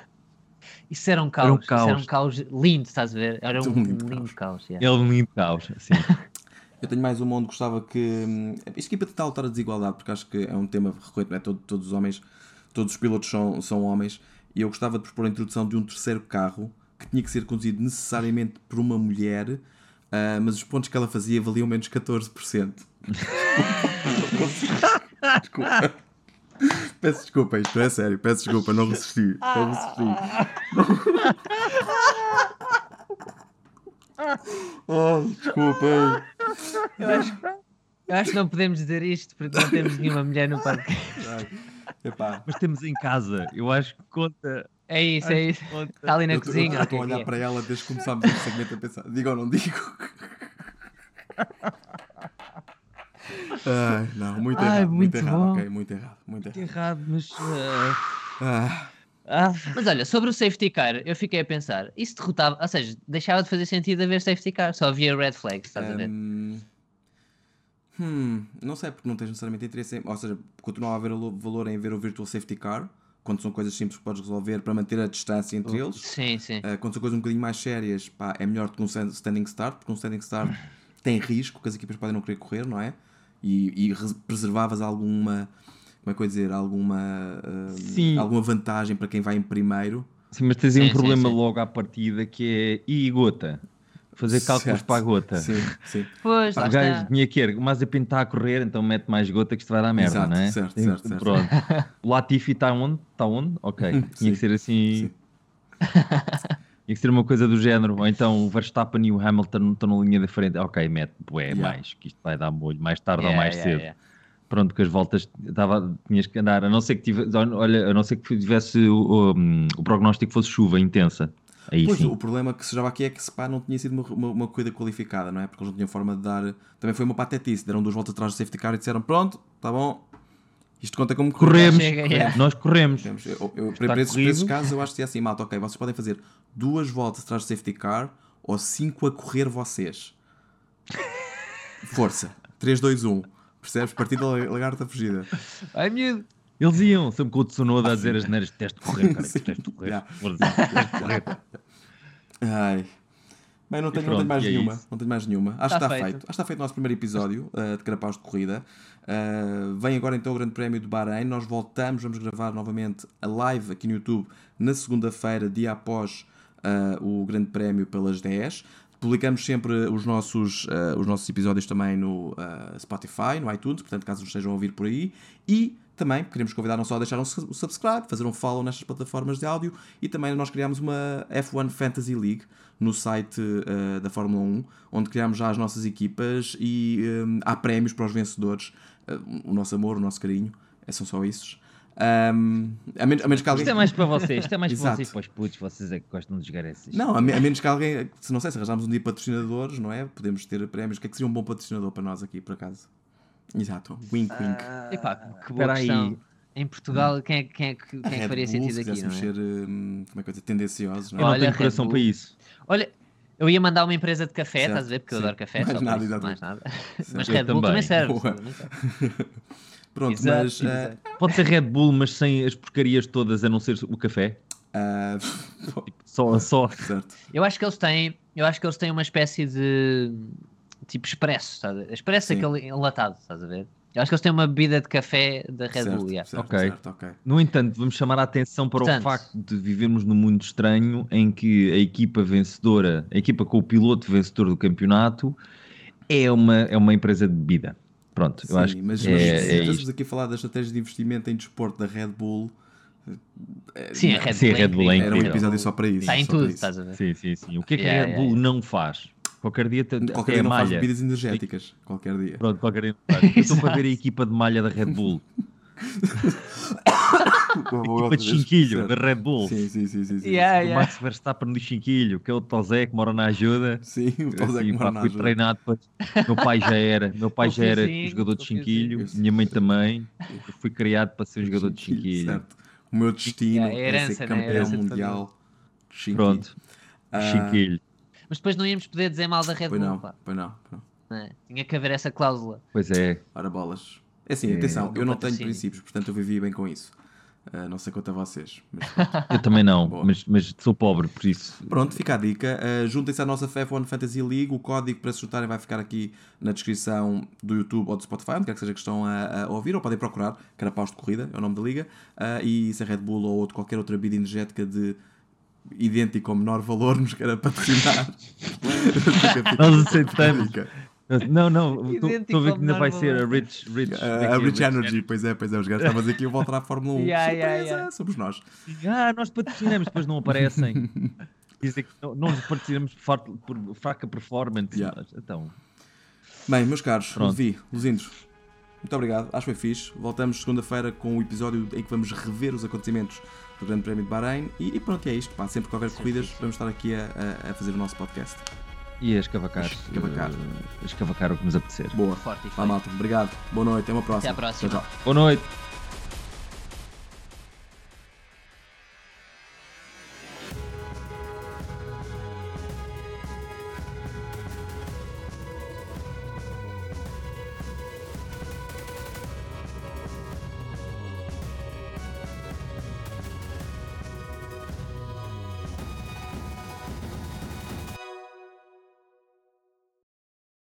[SPEAKER 2] Isso era um caos. Era um caos. Isso era um
[SPEAKER 3] caos.
[SPEAKER 2] caos lindo, estás a ver? Era um,
[SPEAKER 1] Um lindo
[SPEAKER 2] lindo, caos. yeah.
[SPEAKER 3] É um lindo caos, assim.
[SPEAKER 1] Eu tenho mais uma onde gostava que. hum, Isto aqui é para tentar lutar a desigualdade, porque acho que é um tema recorrente, não é? Todo- todos os homens, todos os pilotos são, são homens, e eu gostava de propor a introdução de um terceiro carro que tinha que ser conduzido necessariamente por uma mulher, ah, mas os pontos que ela fazia valiam menos 14%. desculpa. Peço desculpa, isto é sério, peço desculpa, não resisti. Não resisti. Oh, desculpa.
[SPEAKER 2] Eu, acho, eu acho que não podemos dizer isto porque não temos nenhuma mulher no parque.
[SPEAKER 1] Ai, epá.
[SPEAKER 3] Mas temos em casa, eu acho que conta.
[SPEAKER 2] É isso, é isso.
[SPEAKER 3] conta.
[SPEAKER 2] Está ali na
[SPEAKER 1] Eu tô- eu
[SPEAKER 2] cozinha.
[SPEAKER 1] Estou a
[SPEAKER 2] ok,
[SPEAKER 1] olhar
[SPEAKER 2] é.
[SPEAKER 1] para ela desde que começámos este segmento a pensar. Digo ou não digo? Ai, não, muito
[SPEAKER 3] Ai,
[SPEAKER 1] errado. Muito,
[SPEAKER 3] muito
[SPEAKER 1] errado,
[SPEAKER 3] bom.
[SPEAKER 1] ok, muito errado. Muito errado.
[SPEAKER 3] Errado, mas. ah,
[SPEAKER 1] Ah,
[SPEAKER 3] ah,
[SPEAKER 2] Mas olha, sobre o safety car, eu fiquei a pensar, isso derrotava, ou seja, deixava de fazer sentido haver safety car, só havia red flags, estás a ver?
[SPEAKER 1] hum, hum, não sei, porque não tens necessariamente interesse em. Ou seja, continua a haver lo- valor em ver o Virtual Safety Car, quando são coisas simples que podes resolver para manter a distância entre eles.
[SPEAKER 2] Sim, sim.
[SPEAKER 1] Uh, quando são coisas um bocadinho mais sérias, pá, é melhor do que um stand- standing start, porque um standing start tem risco que as equipas podem não querer correr, não é? E, e res- preservavas alguma, como é que eu ia dizer, alguma, uh,
[SPEAKER 3] Sim.
[SPEAKER 1] alguma vantagem para quem vai em primeiro.
[SPEAKER 3] Sim, mas tens aí
[SPEAKER 2] Sim,
[SPEAKER 3] um
[SPEAKER 2] sim,
[SPEAKER 3] problema
[SPEAKER 2] sim.
[SPEAKER 3] logo à partida que é. E gota? Fazer cálculos
[SPEAKER 1] Certo.
[SPEAKER 3] para a gota.
[SPEAKER 1] Sim, sim.
[SPEAKER 2] Pois, lá
[SPEAKER 3] O
[SPEAKER 2] está.
[SPEAKER 3] gajo tinha que ir, o Mazepin está a correr, então mete mais gota que isto vai dar merda,
[SPEAKER 1] Exato,
[SPEAKER 3] não é?
[SPEAKER 1] certo,
[SPEAKER 3] Tem-
[SPEAKER 1] certo, certo.
[SPEAKER 3] Pronto. O Latifi está onde? Está onde? Ok.
[SPEAKER 1] Hum,
[SPEAKER 3] Tinha
[SPEAKER 1] sim,
[SPEAKER 3] que ser assim.
[SPEAKER 1] sim.
[SPEAKER 3] Tinha que ser uma coisa do género. Ou então o Verstappen e o Hamilton estão na linha da frente. Ok, mete, bué,
[SPEAKER 1] Yeah.
[SPEAKER 3] mais, que isto vai dar molho, mais tarde
[SPEAKER 2] Yeah,
[SPEAKER 3] ou mais
[SPEAKER 2] yeah,
[SPEAKER 3] cedo.
[SPEAKER 2] yeah.
[SPEAKER 3] Pronto, que as voltas dava, tinhas que andar, a não ser que tivesse, olha, a não ser que tivesse o, o- o prognóstico fosse chuva intensa. Aí
[SPEAKER 1] Pois,
[SPEAKER 3] sim.
[SPEAKER 1] o problema que se já aqui é que se pá não tinha sido uma, uma, uma corrida qualificada, não é? Porque eles não tinham forma de dar. Também foi uma patetice, deram duas voltas atrás do safety car e disseram: pronto, tá bom, isto conta como corrida.
[SPEAKER 3] Corremos,
[SPEAKER 2] Chega, yeah.
[SPEAKER 3] nós corremos.
[SPEAKER 1] Temos- Eu, eu, para esses, para
[SPEAKER 3] corrido.
[SPEAKER 1] esses casos, eu acho que é assim, malta, ok, vocês podem fazer duas voltas atrás do safety car ou cinco a correr vocês. Força. 3, 2, 1. Percebes? Partida la- lagarta fugida.
[SPEAKER 2] Ai, miúdo.
[SPEAKER 3] Eles iam, sempre com o Tsunoda a dizer as neiras de teste de correr, cara,
[SPEAKER 1] Ah, Sim.
[SPEAKER 3] teste de correr.
[SPEAKER 1] Yeah.
[SPEAKER 3] Foda-se, teste de correr.
[SPEAKER 1] Ai. Bem, não tenho, não
[SPEAKER 3] pronto,
[SPEAKER 1] tenho mais
[SPEAKER 3] e é
[SPEAKER 1] nenhuma.
[SPEAKER 3] isso.
[SPEAKER 1] Não tenho mais nenhuma. Acho
[SPEAKER 2] Tá
[SPEAKER 1] que está feito.
[SPEAKER 2] feito.
[SPEAKER 1] Acho que está feito o nosso primeiro episódio uh, de Carapaus de Corrida. Uh, vem agora então o Grande Prémio do Bahrein. Nós voltamos, vamos gravar novamente a live aqui no YouTube na segunda-feira, dia após uh, o Grande Prémio pelas 10. Publicamos sempre os nossos, uh, os nossos episódios também no uh, Spotify, no iTunes, portanto, caso nos estejam a ouvir por aí. E também queremos convidar não só a deixar um su- subscribe, fazer um follow nestas plataformas de áudio e também nós criámos uma F1 Fantasy League no site eh, da Fórmula 1, onde criámos já as nossas equipas e eh, há prémios para os vencedores. Eh, o nosso amor, o nosso carinho, eh, são só esses. Ahm, a, menos, a menos que alguém.
[SPEAKER 3] Isto é mais para vocês, isto é mais
[SPEAKER 1] Exato.
[SPEAKER 3] para vocês, para os putos, vocês é que gostam de jogar essas.
[SPEAKER 1] Não, a, me- a menos que alguém. Se não sei, se arranjarmos um dia patrocinadores, não é? Podemos ter prémios. O que é que seria um bom patrocinador para nós aqui, por acaso? Exato. Wink, wink.
[SPEAKER 2] Epá, que boa
[SPEAKER 3] Espera aí.
[SPEAKER 2] questão. Em Portugal, quem é, quem é, que- quem é que
[SPEAKER 1] Hum. Red
[SPEAKER 2] faria
[SPEAKER 1] Bull,
[SPEAKER 2] sentido
[SPEAKER 1] se
[SPEAKER 2] aqui, não
[SPEAKER 1] quiséssemos
[SPEAKER 2] é?
[SPEAKER 1] ser, hum, como é que eu digo, tendenciosos, não é?
[SPEAKER 3] Eu não
[SPEAKER 2] Olha,
[SPEAKER 3] tenho
[SPEAKER 2] Red
[SPEAKER 3] coração
[SPEAKER 2] Bull.
[SPEAKER 3] para isso.
[SPEAKER 2] Olha, eu ia mandar uma empresa de café,
[SPEAKER 1] Certo,
[SPEAKER 2] estás a ver? Porque eu
[SPEAKER 1] sim.
[SPEAKER 2] adoro café,
[SPEAKER 1] Mais
[SPEAKER 2] só por
[SPEAKER 1] nada,
[SPEAKER 2] isso,
[SPEAKER 1] exatamente.
[SPEAKER 2] mais nada. Mas
[SPEAKER 3] Eu
[SPEAKER 2] Red Bull também
[SPEAKER 3] também.
[SPEAKER 2] serve.
[SPEAKER 1] Boa.
[SPEAKER 2] também serve.
[SPEAKER 1] Pronto,
[SPEAKER 2] Exato,
[SPEAKER 1] mas. eh,
[SPEAKER 2] exato.
[SPEAKER 3] Pode ser Red Bull, mas sem as porcarias todas, a não ser o café. Tipo,
[SPEAKER 1] Ah,
[SPEAKER 3] Só, só.
[SPEAKER 1] certo.
[SPEAKER 2] Eu acho que eles têm, eu acho que eles têm uma espécie de tipo expresso, estás a ver? Expresso é
[SPEAKER 1] Sim.
[SPEAKER 2] aquele enlatado, estás a ver? Eu acho que eles têm uma bebida de café da Red
[SPEAKER 1] certo,
[SPEAKER 2] Bull, yeah.
[SPEAKER 1] certo,
[SPEAKER 3] Ok.
[SPEAKER 1] certo, ok.
[SPEAKER 3] No entanto, vamos chamar a atenção para
[SPEAKER 2] Portanto.
[SPEAKER 3] o facto de vivermos num mundo estranho em que a equipa vencedora, a equipa com o piloto vencedor do campeonato, é uma, é uma empresa de bebida. Pronto, eu acho
[SPEAKER 1] Sim,
[SPEAKER 3] que
[SPEAKER 1] mas,
[SPEAKER 3] é,
[SPEAKER 1] mas
[SPEAKER 3] é
[SPEAKER 1] se
[SPEAKER 3] isto.
[SPEAKER 1] estivéssemos aqui a falar da estratégia de investimento em desporto da Red Bull, eh,
[SPEAKER 2] Sim, a
[SPEAKER 1] não,
[SPEAKER 2] Red Bull,
[SPEAKER 3] Sim, a Red Bull é
[SPEAKER 1] era um
[SPEAKER 3] incrível.
[SPEAKER 1] episódio só para isso.
[SPEAKER 2] Está em
[SPEAKER 1] só para
[SPEAKER 2] tudo,
[SPEAKER 1] isso.
[SPEAKER 2] estás a ver?
[SPEAKER 3] Sim, sim, sim. O que é que
[SPEAKER 2] Yeah,
[SPEAKER 3] a Red
[SPEAKER 2] yeah,
[SPEAKER 3] Bull não faz? Qualquer dia te- até
[SPEAKER 1] Qualquer
[SPEAKER 2] É
[SPEAKER 3] a
[SPEAKER 1] dia não faz
[SPEAKER 3] malha.
[SPEAKER 1] bebidas energéticas. Qualquer dia.
[SPEAKER 3] Pronto, qualquer dia não faz. Eu estou para ver a
[SPEAKER 2] Exato.
[SPEAKER 3] equipa de malha da Red Bull.
[SPEAKER 1] Vou
[SPEAKER 3] equipa de
[SPEAKER 1] outra vez.
[SPEAKER 3] chinquilho da
[SPEAKER 1] Certo.
[SPEAKER 3] Red Bull.
[SPEAKER 1] Sim, sim, sim. sim, sim.
[SPEAKER 2] Yeah,
[SPEAKER 3] O
[SPEAKER 2] yeah.
[SPEAKER 3] Max Verstappen no chinquilho, que é o Tozé que mora na ajuda.
[SPEAKER 1] Sim, o Paulo Zé
[SPEAKER 3] Assim,
[SPEAKER 1] que mora
[SPEAKER 3] pá,
[SPEAKER 1] na
[SPEAKER 3] fui
[SPEAKER 1] ajuda.
[SPEAKER 3] treinado para... Meu pai já era, meu pai já era
[SPEAKER 2] Fofinho,
[SPEAKER 3] jogador de
[SPEAKER 2] fofinho.
[SPEAKER 3] chinquilho, minha mãe também. Eu fui criado para ser um jogador de chinquilho.
[SPEAKER 1] Certo. O meu destino
[SPEAKER 2] É, a
[SPEAKER 1] é ser
[SPEAKER 2] herança, né? A
[SPEAKER 1] campeão
[SPEAKER 2] herança de
[SPEAKER 1] mundial. de chinquilho.
[SPEAKER 3] Pronto,
[SPEAKER 1] Ah,
[SPEAKER 3] chinquilho.
[SPEAKER 2] Mas depois não íamos poder dizer mal da Red
[SPEAKER 1] Pois
[SPEAKER 2] Bull,
[SPEAKER 1] não,
[SPEAKER 2] É pá,
[SPEAKER 1] pois não. pois não.
[SPEAKER 2] né? Tinha que haver essa cláusula.
[SPEAKER 3] Pois é,
[SPEAKER 1] Ora bolas. É assim,
[SPEAKER 3] É,
[SPEAKER 1] atenção,
[SPEAKER 2] não
[SPEAKER 1] eu não tenho
[SPEAKER 2] patrocínio.
[SPEAKER 1] princípios, portanto eu vivia bem com isso. Ah, não sei quanto a vocês. Mas
[SPEAKER 3] eu também não,
[SPEAKER 1] Boa.
[SPEAKER 3] mas, mas sou pobre, por isso.
[SPEAKER 1] Pronto, fica a dica. Uh, Juntem-se à nossa F1 Fantasy League. O código para se juntarem vai ficar aqui na descrição do YouTube ou do Spotify, onde quer que seja que estão a, a ouvir, ou podem procurar. Carapaus de Corrida é o nome da liga. Uh, e se a Red Bull ou outro- qualquer outra bebida energética de idêntico ou menor valor nos quer patrocinar. Fica- fica- fica a
[SPEAKER 3] Nós
[SPEAKER 1] Eh,
[SPEAKER 3] aceitamos.
[SPEAKER 1] dica.
[SPEAKER 3] Não, não,
[SPEAKER 2] Idêntico
[SPEAKER 3] estou estou a ver
[SPEAKER 2] ao
[SPEAKER 3] que ainda vai
[SPEAKER 2] menor
[SPEAKER 3] ser a
[SPEAKER 2] valor.
[SPEAKER 3] Rich, Rich, como é que
[SPEAKER 1] Uh,
[SPEAKER 3] é?
[SPEAKER 1] a Rich Energy, pois é, pois é, os gajos estavam aqui a voltar à Fórmula 1.
[SPEAKER 2] Yeah,
[SPEAKER 1] Surpresa,
[SPEAKER 2] yeah, yeah.
[SPEAKER 1] somos nós.
[SPEAKER 3] Ah, nós patrocinamos, depois não aparecem. Dizem que não- nós patrocinamos por, farto- por fraca performance.
[SPEAKER 1] Yeah.
[SPEAKER 3] Então,
[SPEAKER 1] Bem, meus caros,
[SPEAKER 3] Pronto.
[SPEAKER 1] Levi, Luzindo, muito obrigado, acho que foi fixe. Voltamos segunda-feira com o episódio em que vamos rever os acontecimentos do Grande Prémio de Bahrein. E, e pronto, é isto. Pá. Sempre que houver corridas, vamos estar aqui a, a- a fazer o nosso podcast.
[SPEAKER 3] e a escavacar.
[SPEAKER 1] Escavacar.
[SPEAKER 3] eh, escavacar o que nos apetecer.
[SPEAKER 1] Boa.
[SPEAKER 2] Forte e
[SPEAKER 1] Vá,
[SPEAKER 2] forte.
[SPEAKER 1] malta. Obrigado. Boa noite. Até uma próxima.
[SPEAKER 2] Até à próxima.
[SPEAKER 1] Tchau, tchau.
[SPEAKER 3] Boa noite.